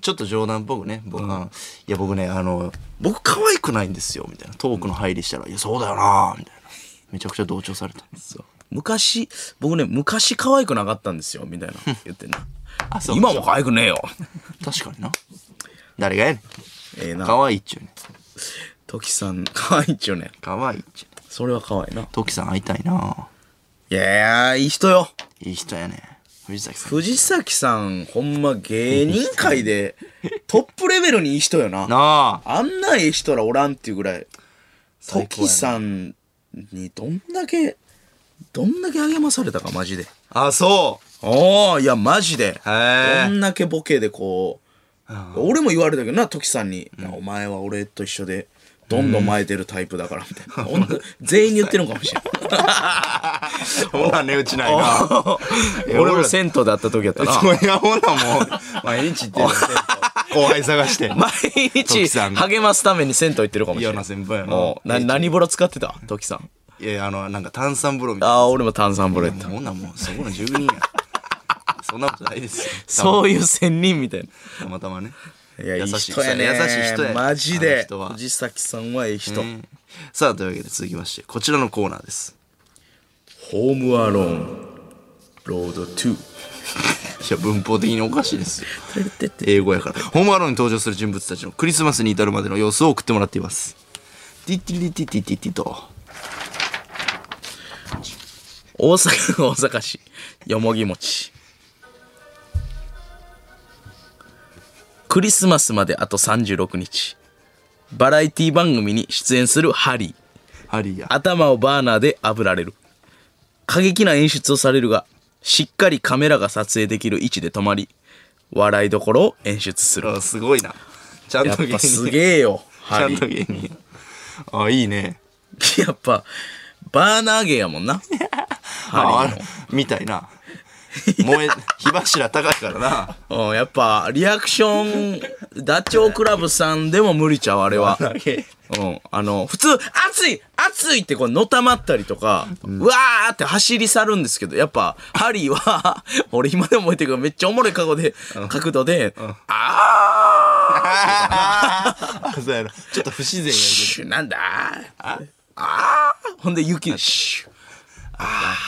ちょっと冗談っぽくね僕、あのいや僕ねあの僕可愛くないんですよみたいなトークの入りしたら「いやそうだよな」みたいなめちゃくちゃ同調された昔、僕ね、昔可愛くなかったんですよ、み たいな言ってんな。そう今も可愛くね えよ。確かにな誰がやねええんな。可愛いっちゅうね時さん、可愛いっちよね。可愛いっちゅうねそれは可愛いな。トキさん会いたいないやー、いい人よ。いい人やね藤崎さん藤崎さん、ほんま芸人界 でトップレベルにいい人よな。なああんなええ人らおらんっていうぐらい。最高やな時さんにどんだけ、どんだけ励まされたか、マジで。あ、そおおいや、マジで。へーどんだけボケでこう、俺も言われたけどな、時さんに、お前は俺と一緒で、どんどん巻いてるタイプだから、みたいな。ほんと全員に言ってるのかもしれう。ほら、値打ちないな。 ない。俺も銭湯で会った時やったな。 そういや、ほら、もう、毎日行ってるよ後輩探して。毎日時さんが励ますために銭湯行ってるかもし嫌れな。ない先輩やな。おうな何ボロ使ってた時さん。いやいや、あの、なんか炭酸風呂みたいああ、俺も炭酸ボロやっな。た。ほんならもう、そこの住人や。そんなことないですよ。そういう仙人みたいな。たまたまね。いや、いい優しい人やね。優しい人やマジあので人。は藤崎さんはいい人。ねさあ、というわけで続きまして、こちらのコーナーです。ホームアローン、ロード2。いや、文法的におかしいですよ。てってって英語やから。ホームアローンに登場する人物たちのクリスマスに至るまでの様子を送ってもらっています。ティッティリティティティティと。大阪、大阪市、よもぎ餅。クリスマスまであと36日。バラエティ番組に出演するハリー。ハリーや。頭をバーナーで炙られる過激な演出をされるがしっかりカメラが撮影できる位置で止まり笑いどころを演出するあ、すごいな。ちゃんやっと芸ぱ人。すえ。げえよちゃハんリとー芸人。あ、いいね。やっぱバーナー芸やもんなハリーみたいな。燃え、火柱高いから な。うんやっぱリアクションダチョウ倶楽部さんでも無理ちゃうあれ はだけ。うん、あの普通「熱い熱い!」ってこうのたまったりとか、うわーって走り去るんですけどやっぱハリーは 俺今でも覚えてるけどめっちゃおもろい角度で、角度で「ああそうやな。ちょっと不自然やーけシュなんだああーほんで雪でシュあ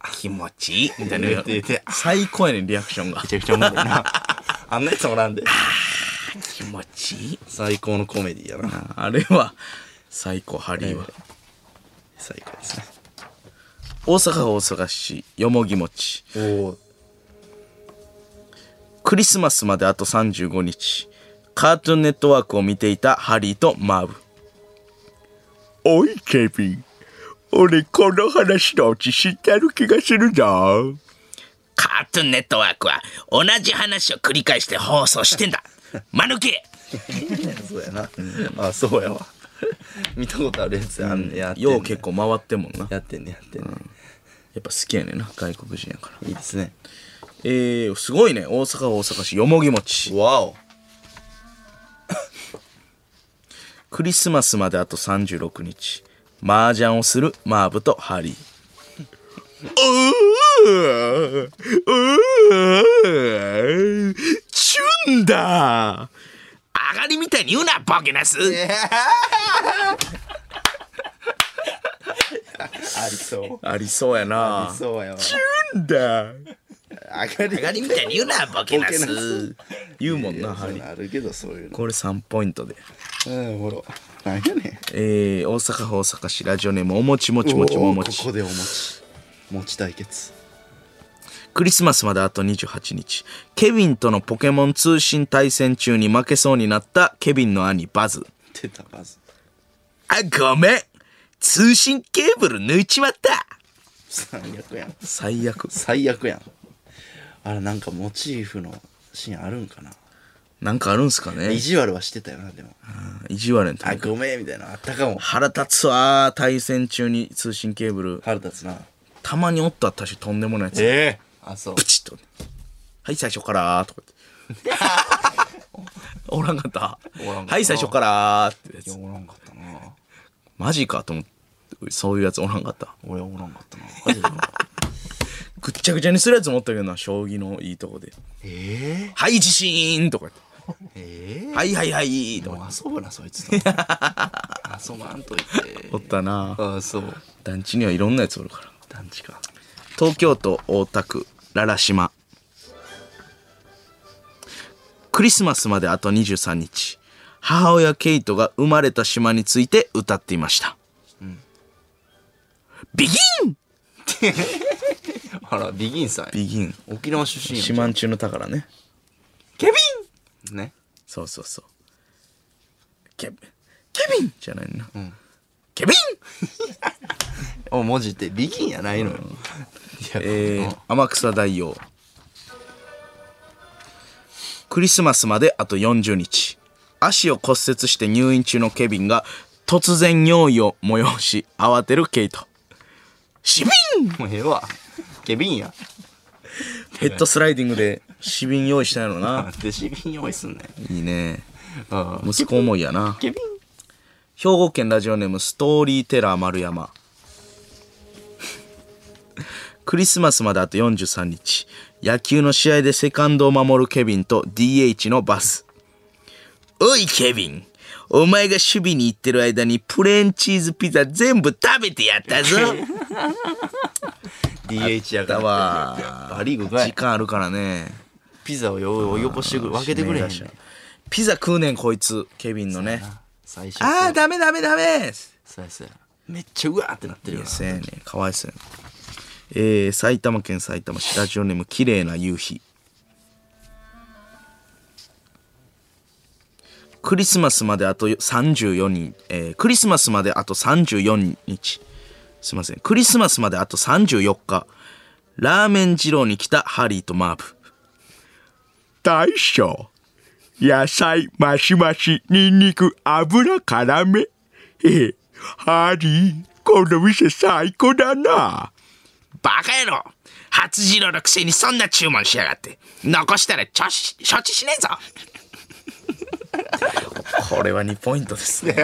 ー気持ちいい」みたいな言ってて最高やねんリアクションがど。めちゃくちゃおもろいな。あんなやつおらんで。気持ちいい最高のコメディやな。あれは最高ハリーは。最高ですね。大阪府大阪市よもぎ餅おお。クリスマスまであと35日カートゥーンネットワークを見ていたハリーとマーブおいケビン俺この話のうち知ってる気がするぞカートゥーンネットワークは同じ話を繰り返して放送してんだ間抜けそうやな。あ、そうやわ。見たことあるやつあんねやってんね。 よう結構回ってんもんなややってんねやってんね。っぱ好きやねんな外国人やからいいですね。えー、すごいね大阪府大阪市よもぎ餅わお。クリスマスまであと36日麻雀をするマーブとハリーうーうーチュンだ上がりみたいに言うなボケナスありそう。ありそうやなそうやわ。だ上がり上がりみたいに言うなボケナス言うもんなハリーあるけどそういうの。これ3ポイントで、うん、おもろ。なんやねん。えー、大阪府大阪市ラジオネームおもちもちもちももこちこでお餅。餅対決。クリスマスまであと28日ケビンとのポケモン通信対戦中に負けそうになったケビンの兄バズ出たまず。あごめん通信ケーブル抜いちまった最悪やん。最悪最悪やん。あれなんかモチーフのシーンあるんかな。なんかあるんすかね意地悪はしてたよな、でも。意地悪やんとあ、にかくごめんみたいな。あったかも。腹立つわー対戦中に通信ケーブル腹立つな。たまにおったったしとんでもないやつええ。あ、そうプ。チッと、はい、最初からーとか 言って。おらんかった。らんかったはい、最初からーっていや、やつ。おらんかったな。マジかと思って。そういうやつおらんかった俺おらんかったな。ぐっちゃぐちゃにするやつ持ったけどな将棋のいいとこで え「はい地震!」とか言っえ。ええて「はいはいはい」とかもう遊ぶなそいつと 遊ばんといておったなああそう団地にはいろんなやつおるから団地か東京都大田区ララ島クリスマスまであと23日母親ケイトが生まれた島について歌っていました、ビギンあらビギンさんやビギン沖縄出身やん島ん中の宝ねケビンねそうそうそうケケビンじゃないな、ケビンを文字ってビギンやないのよ。えー、天草大王クリスマスまであと40日足を骨折して入院中のケビンが突然尿意を催し慌てるケイトシビンもうええわ。ケビンや。ヘッドスライディングでシビン用意したんやろな で、シビン用意すんねん。 いいねああ息子思いやなケビン兵庫県ラジオネームストーリーテラー丸山 クリスマスまであと43日野球の試合でセカンドを守るケビンと DH のバスおいケビンお前が守備に行ってる間にプレーンチーズピザ全部食べてやっ たぞ DH やかだら。わバリーグか時い。間あるからねピザをよよこしてくる。分けてくれへん。ピザ食うねんこいつケビンのね最初。あーダメダメダメそうやそうや。めっちゃうわーってなってるよいやな。せやねんかわいそうやねんえー、埼玉県埼玉市ラジオネーム綺麗な夕日クリスマスまであと34人、えークリスマスまであと34日すいませんクリスマスまであと34日ラーメン二郎に来たハリーとマーブ大将野菜マシマシニンニク油辛めええハリーこの店最高だなバカ野郎初次郎のくせにそんな注文しやがって残したらちょし処置しねえぞ これは2ポイントですね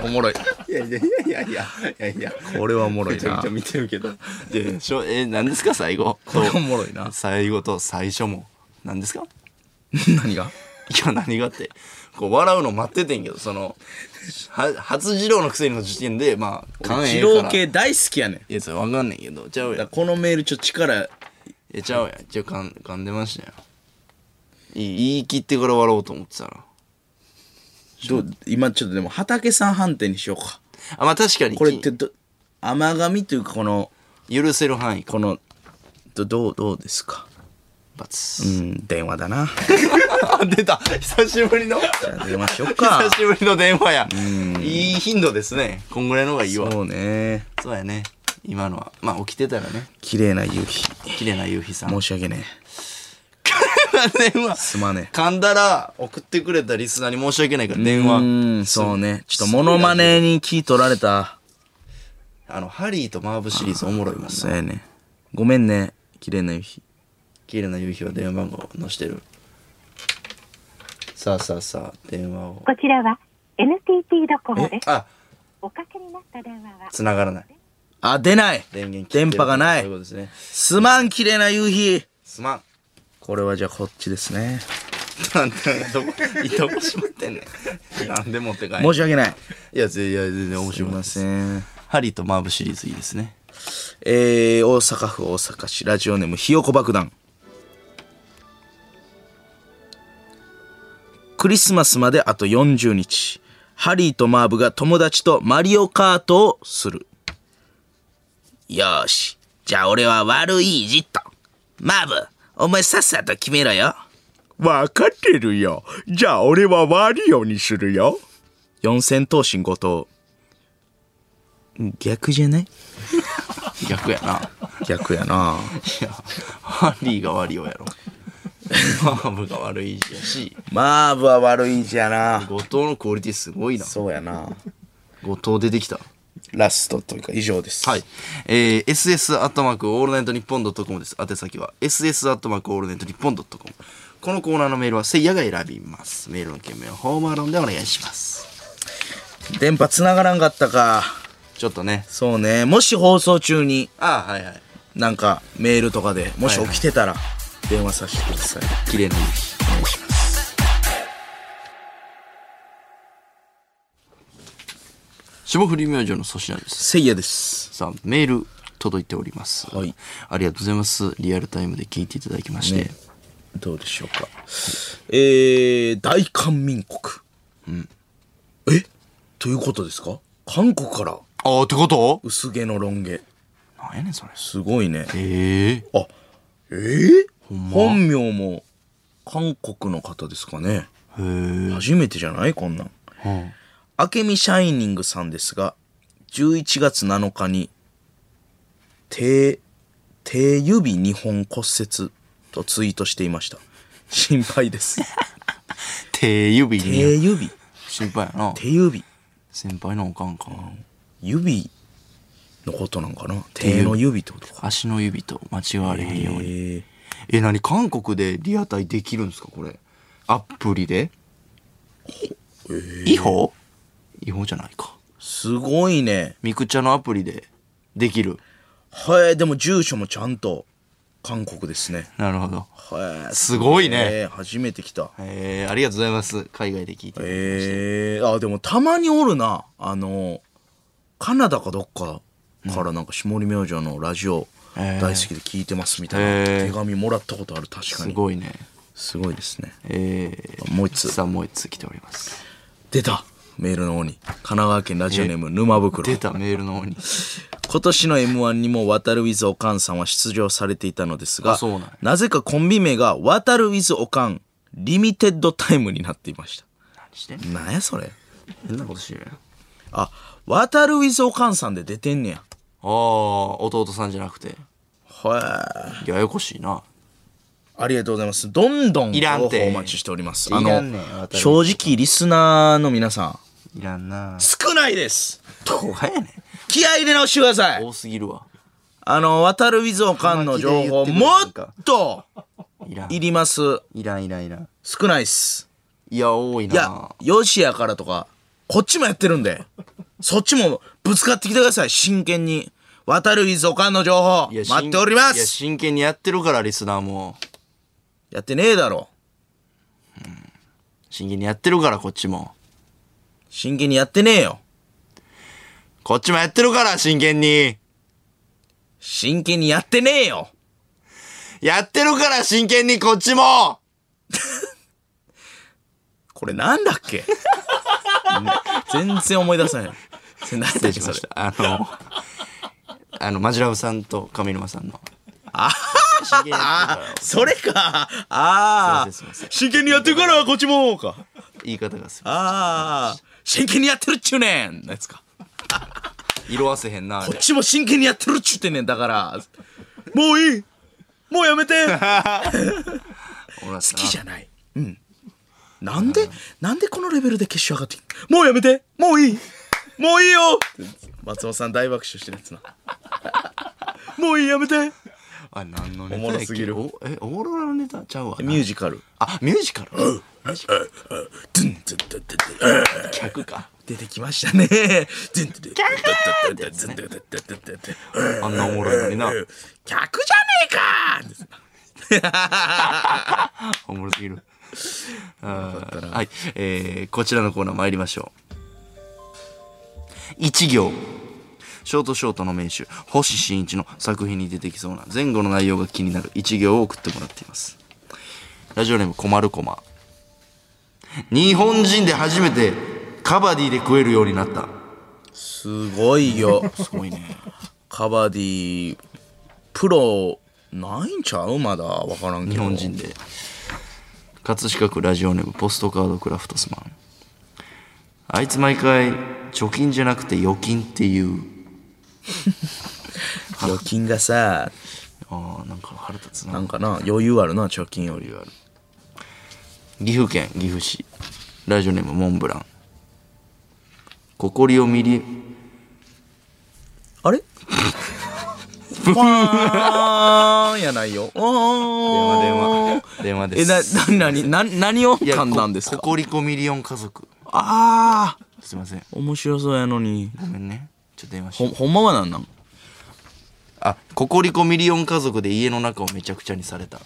おもろいいやいやいやいやいやいや。これはおもろいちょなっと見てるけど。 で、しょえ、何ですか最後。これおもろいな最後と最初も。何ですか 何がいや、何がって。こう、笑うの待っててんけど、その、は、初二郎のくせにの時点で、まあ、勘ええ二から郎系大好きやねんいや、それわかんねんけど、ちゃうだやからん。このメールちょっと力え、ちゃうやん。ちょ、勘、噛んでましたよ。いい言い切ってから笑おうと思ってたら。どう今ちょっとでも畑さん判定にしようかあ、まあ確かに、これってど甘噛みというかこの許せる範囲、このどどうどうですかう罰。ん電話だなあ、 出た久しぶりのじゃあ電話しよっ か 久しぶりの電話や。いい頻度ですね。こんぐらいの方がいいわ。そうねそうやね。今のは。まあ起きてたらね。綺麗な夕日綺麗な夕日さん。申し訳ねう 電話。えすまね噛んだら送ってくれたリスナーに申し訳ないからえ電う話。ーんそうねちょっとモノマネに気取られたあの、ハリーとマーブシリーズおもろいもんそうな。やねごめんね綺麗な夕日綺麗な夕日は電話番号載してる。さあさあさあ、電話を。こちらは NTT ドコモです。あ、おかけになった電話は繋がらない。あ出ない電源切ってる電波がないそういうことですね。すまん綺麗な夕日すまん。これはじゃあこっちですねなんで、どこ、どこしまってんねん。 なんで持って帰んねん申し訳ないいや、ぜいや全然面すい白いまです。せんハリーとマーブシリーズいいですね。えー、大阪府大阪市ラジオネームひよこ爆弾クリスマスまであと40日ハリーとマーブが友達とマリオカートをするよーしじゃあ俺は悪いじっとマーブお前さっさと決めろよわかってるよじゃあ俺はワリオにするよ四千頭身後藤逆じゃない逆やな。逆やないや、ハリーが悪いよやろ。マーブが悪いやし、マーブは悪いじゃな後藤のクオリティすごいな。そうやな後藤出てきた。ラストというか以上です。はい。。えー、ss アットマークオールナイトニッポンドットコムです。宛先は ss アットマークオールナイトニッポンドットコム。このコーナーのメールはせいやが選びます。メールの件名はホームアローンでお願いします。電波繋がらんかったか。ちょっとね。そうね。もし放送中にああ、はいはい。なんかメールとかでもし起きてたら電話させてください。綺麗な夕日。お願いします。霜降り明星の粗品です。せいやです。さんメール届いております、はいありがとうございますリアルタイムで聞いていただきまして、どうでしょうか。えー、大韓民国。うん。えということですか韓国からああってこと薄毛のロン毛。なんやねんそれすごいね。ええあ、えー本名も韓国の方ですかね。初めてじゃないこんなん。あけみシャイニングさんですが、11月7日に手、手指2本骨折とツイートしていました。心配です。手指手に指心配やな手指先輩のおかんか指のことなんかな手の指ってことか。足の指と間違われへんようにええ何韓国でリアタイできるんですかこれアプリで違法違法じゃないかすごいね。ミクチャのアプリでできるはい、でも住所もちゃんと韓国ですね。なるほどはい。すごいねえー初めて来た。えー、ありがとうございます海外で聞いてくれてえー、あでもたまにおるなあのカナダかどっかからなんか下り明星のラジオえ大ー好きで聞いてますみたいなえー手紙もらったことある確かすにごいねすごいですねえー、もう一つさあもう一つ来ております出たメールの鬼神奈川県ラジオネーム沼袋出たメールの方に今年の m 1にも渡る with おかんさんは出場されていたのですがあそうなんやなぜかコンビ名が渡る with おかんリミテッドタイムになっていました何してんなんやそれ変なことしてるあ渡る with おかんさんで出てんねやああ弟さんじゃなくてはいややこしいなありがとうございます。どんどんいらんて情報お待ちしております。いらんねん渡る正直リスナーの皆さん、いらんな少ないです。どこがやねん気合入れ直してください。多すぎるわあの、渡る水おかんの情報、葉巻でも言っってくれといらんいります。いらんいらんいらん少ないっす。いや多いいやな、よしやからとか、こっちもやってるんで、そっちもぶつかってきてください。真剣に。渡る水おかんの情報、いや待っておりまいやす。真剣にやってるからリスナーもやってねえだろ。真剣にやってるからこっちも真剣にやってねえよ。こっちもやってるから真剣に真剣にやってねえよ。やってるから真剣にこっちもこれなんだっ け全然思い出せない。それ何失だ礼っしけそまれした。あの、あの、マジラブさんと上沼さんの。あそれか。ああすいませんすいません。真剣にやってるから、こっちも。か。言い方がする。ああ。真剣にやってるっちゅうねん。なやつか。色あせへんな、あこれっ。ちも真剣にやってるっちゅうてんねん。だから。もういい。もうやめて。好好きじゃない。うん。なんで、なんでこのレベルで決勝上がってんもうやめて。もういい。もういいよ。松本さん大爆笑してるやつな。もういい、やめて。あ、何のネタやっけおもろすぎるおえ、オーロラのネタちゃうわ。ミュージカル。あ、ミュージカル客か出てきましたね。あんなおもろいのにな。客じゃねえか。おもろす ぎる。あーはい、えー、こちらのコーナー参りましょう。一行。ショートショートの名手、星新一の作品に出てきそうな前後の内容が気になる一行を送ってもらっています。ラジオネーム、こまるこま。日本人で初めてカバディで食えるようになった。すごいよ。すごいね。カバディプロないんちゃうまだわからんけど。日本人で葛飾区ラジオネームポストカードクラフトスマンあいつ毎回貯金じゃなくて預金っていう預金がさ、あーなんか腹立つななんかな余裕あるな貯金よりは。岐阜県岐阜市ラジオネームモンブランココリをミリあ れ？わーんやないよ。電電話電話話電話でえなすなになに何を噛んだんですコか。コリコミリオン家族ああすいません面白そうやのに。ごめんねちょっと電話しほほんまはなんなんあココリコミリオン家族で家の中をめちゃくちゃにされた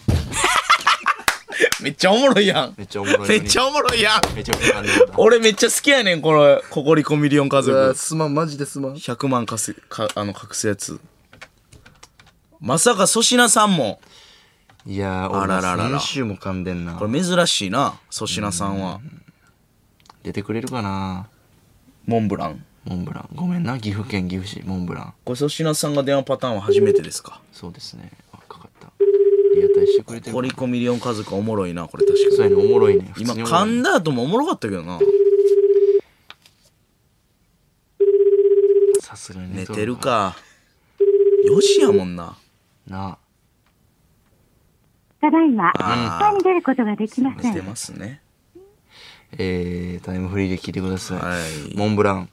めっちゃおもろいやんめっちゃおもろいのにめっちゃおもろいやんめちゃくちゃ感じだった俺めっちゃ好きやねんこのココリコミリオン家族すまんマジですまん100万貸すかあの隠すやつまさか粗品さんもいやーあ俺らららら先週も噛んでんなこれ珍しいな粗品さんは出てくれるかなモンブランモンブランごめんな岐阜県岐阜市モンブランこれ粗品さんが電話パターンは初めてですかそうですねあかかったリアタイしてくれてコるコかなリコミリオン家族はおもろいなこれ確そかうにやねおもろいね普今通におもろ噛いねんだ後もおもろかったけどなさすがに寝てるか4時やもんな。なただいま、あー下に出ることができませ寝てん。ますね。えー、タイムフリーで聞いてください、はいモンブラン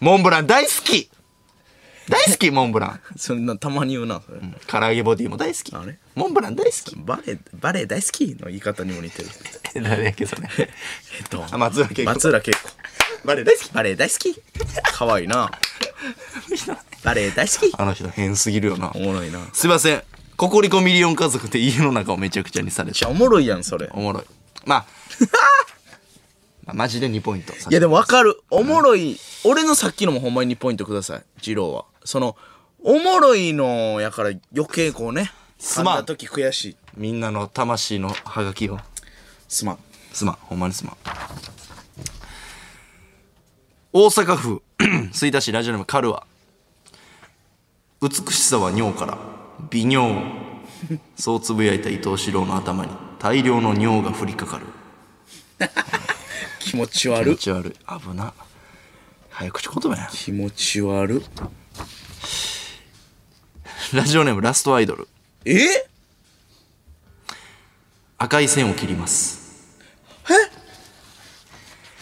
モンブラン大好き大好きモンブランそんな、たまに言うな、それ。唐揚げボディも大好きあれモンブラン大好きバレエ、バレエ大好きの言い方にも似てる。誰やっけそれえっと、あ松浦慶子 松浦慶子。バレエ大好き。バレエ大好き。可愛い な。バレエ大好き。あの人変すぎるよなおもろいな。めっすいませんココリコミリオン家族で家の中をめちゃくちゃにされちちゃゃおもろいやん、それ。おもろいまあ まあマジで2ポイントいやでもわかる。おもろい。俺のさっきのもほんまに2ポイントください。二郎は。その、おもろいのやから余計こうね。すまん噛だ時悔しい。みんなの魂のハガキをすまん。すまんほんまにすまん大阪府 吹田市ラジオネームカルア美しさは尿から微 尿そうつぶやいた伊藤四郎の頭に大量の尿が降りかかる気持ち気悪持い。ち悪い危な早口言葉や気持ち悪い。ラジオネームラストアイドルえ赤い線を切ります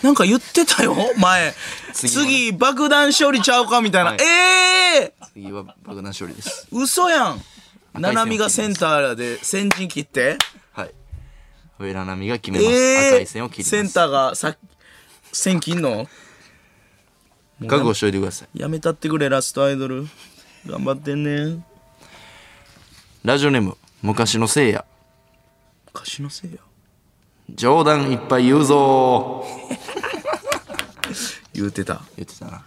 なんか言ってたよ前。次次爆弾処理ちゃうかみたいな。はいええ次は爆弾処理です嘘やん。いななみがセンターで先陣切って。はい上田並が決めえます、え赤い線を切りますセンターがさっき、線切んの覚悟しといてくださいやめたってくれ、ラストアイドル。頑張ってね。ラジオネーム昔のせいや歌詞のせいや。冗談いっぱい言うぞー言うてた。言ってたな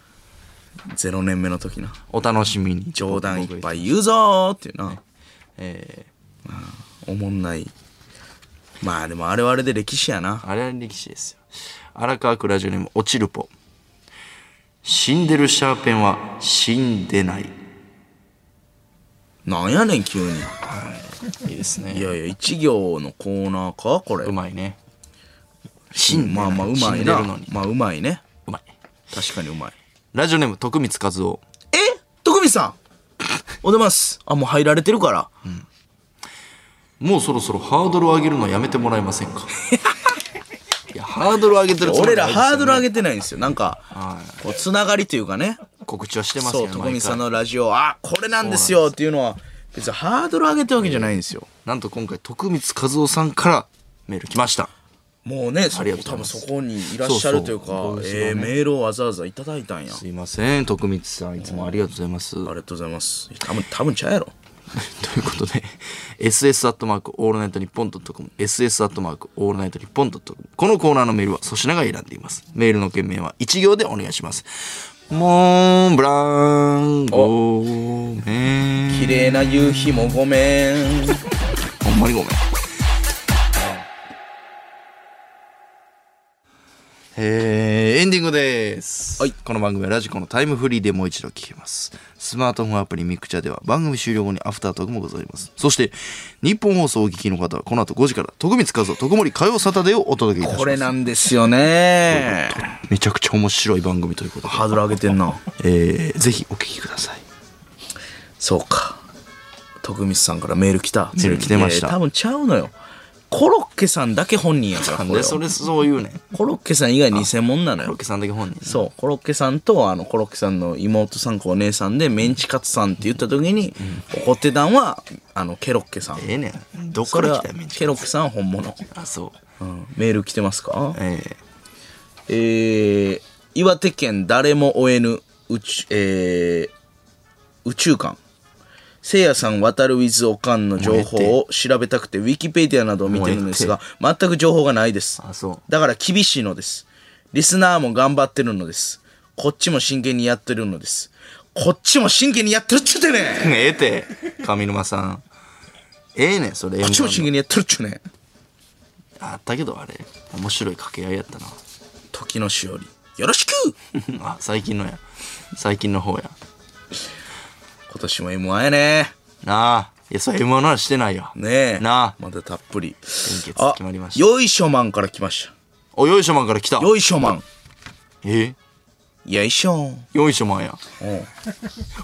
0年目の時な。お楽しみに冗談いっぱい言うぞーっていうな。えおもんない。まあでもあれはあれで歴史やな。ー、あれは歴史ですよ荒川区ラジオネーム落ちるぽ死んでるシャーペンは死んでないなんやねん、急に。いいですねいやいや、一行のコーナーかこれ。うまいね死んでなまいあまあ、うま死いんでなるのに。まあ、うまいね。うまい確かにうまい。ラジオネーム徳光和夫え徳光さんおでます。あ、もう入られてるから。もうそろそろハードルを上げるのやめてもらえませんか いやハードルを上げてるつも俺りならいですよねハードル上げてないんですよ。なんかは、こう、つながりというかね。告知はしてますそよう、徳光さ毎ん回のラジオ、あ、これなんですよっていうのは、別にハードル上げてるわけじゃないんですよ。なんと今回徳光和夫さんからメール来ましたもうね、そありがとうござ多います分そこにいらっしゃるというか、そうそうえーメールをわざわざいただいたんや。あすいません徳光さんいつもありがとうございますりがとうございます。多分、多分ちゃうやろ。ということで、ss アットマークオールナイトニッポンドットコム、ss アットマークオールナイトニッポンドットコム。このコーナーのメールは粗品が選んでいます。メールの件名は一行でお願いします。モンブランごめん。綺麗な夕日もごめん。ほんまにごめん。えーエンディングです、はいこの番組はラジコのタイムフリーでもう一度聞けますスマートフォンアプリミクチャでは番組終了後にアフタートークもございますそして日本放送をお聞きの方はこの後5時から徳光和夫徳森火曜サタデーをお届けいたしますこれなんですよね。めちゃくちゃ面白い番組ということで、ハードル上げてんな。えーぜひお聞きくださいそうか。徳光さんからメール来た。メール来てましたいや多分ちゃうのよ。コロッケさんだけ本人やから。なんこでれはそれそういうねんコロッケさん以外偽物なのロよケ。さんだけ本人そう、コロッケさんと、あの、コロッケさんの妹さんかお姉さんで、メンチカツさんって言った時に、怒ってたんは、あの、ケロッケさん。ええねんどっそかれら来はたやめんケロッケさんは本物。あそううんメール来てますかえーえー、岩手県誰も追えぬ宇宙,、えー宇宙館せいやさん渡る with おかんの情報を調べたくてウィキペディアなどを見てるのですが全く情報がないですあそうだから厳しいのですリスナーも頑張ってるのですこっちも真剣にやってるのですこっちも真剣にやってるっちゅうてね ええて上沼さんええねんそれこっち M1 もの真剣にやってるっちゅうねあったけどあれ面白い掛け合いやったな 時のしおりよろしくあ最近のや最近の方や今年も M1 やねなあいやそれ M1 の話してないよねえなあまだたっぷり決あ決まりましたよいしょマンから来ましたおよいしょマンから来たよいしょマンえよいしょよいしょマンや。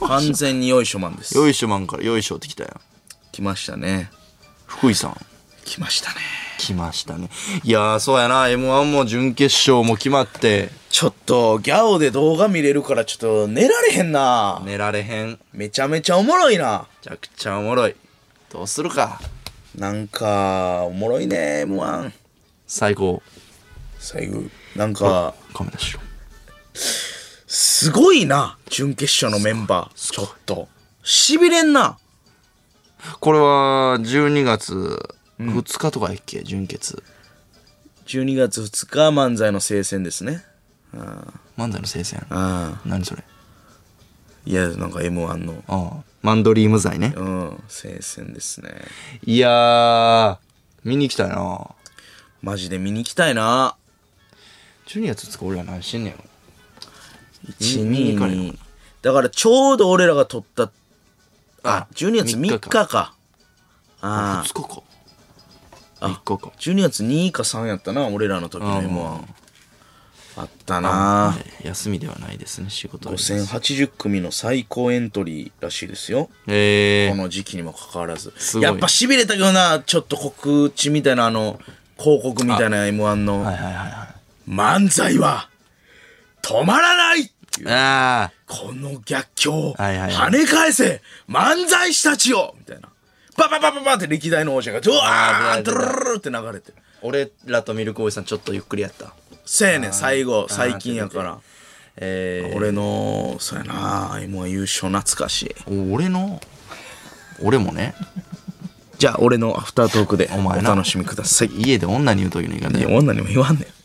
完全によいしょマンですよいしょマンからよいしょって来たやん。来ましたね福井さん。来ましたね来ましたね。いやー、そうやな。M1 も準決勝も決まって、ちょっとギャオで動画見れるからちょっと寝られへんな、寝られへん。めめちゃめちゃおもろいなちゃくちゃおもろい。どうするか。なんかおもろいね M1 最高。最後なんかカメラしろ。すごいな準決勝のメンバーちょっとしびれんなこれは、12月2日とかやっけ、準決。 12月2日漫才の聖戦ですね漫才の聖戦。ああ何それいやなんか M1 のああ。マンドリーム罪ね。うん聖戦ですねいやー、見に行きたいな。マジで見に行きたいな12月2日俺ら何してんねん。見に行かれ122だからちょうど俺らが撮ったあ12月3日かああ2日か。3日か。 12月2か3やったな俺らの時の M1 あったなえー休みではないですね、仕事は。 5080組の最高エントリーらしいですよえこー、の時期にもかかわらずすごいやっぱしびれたけどなちょっと告知みたいなあの広告みたいな m 1の、はいはいはいは漫才は止まらないっていうい。あこの逆境をはいはいは跳いね返せ漫才師たちよみたいなパパパパパって歴代の王者がドワー危ンドない危なゥルいルルルって流れてーる俺らとミルクボーイさんちょっとゆっくりやった。せやねん最後最近やからえ俺のそうやな m 1優勝懐かしいー、俺の、俺もね、じゃあ俺のアフタートークでお前な楽しみください家で女に言うときの言い方いや女にも言わんねん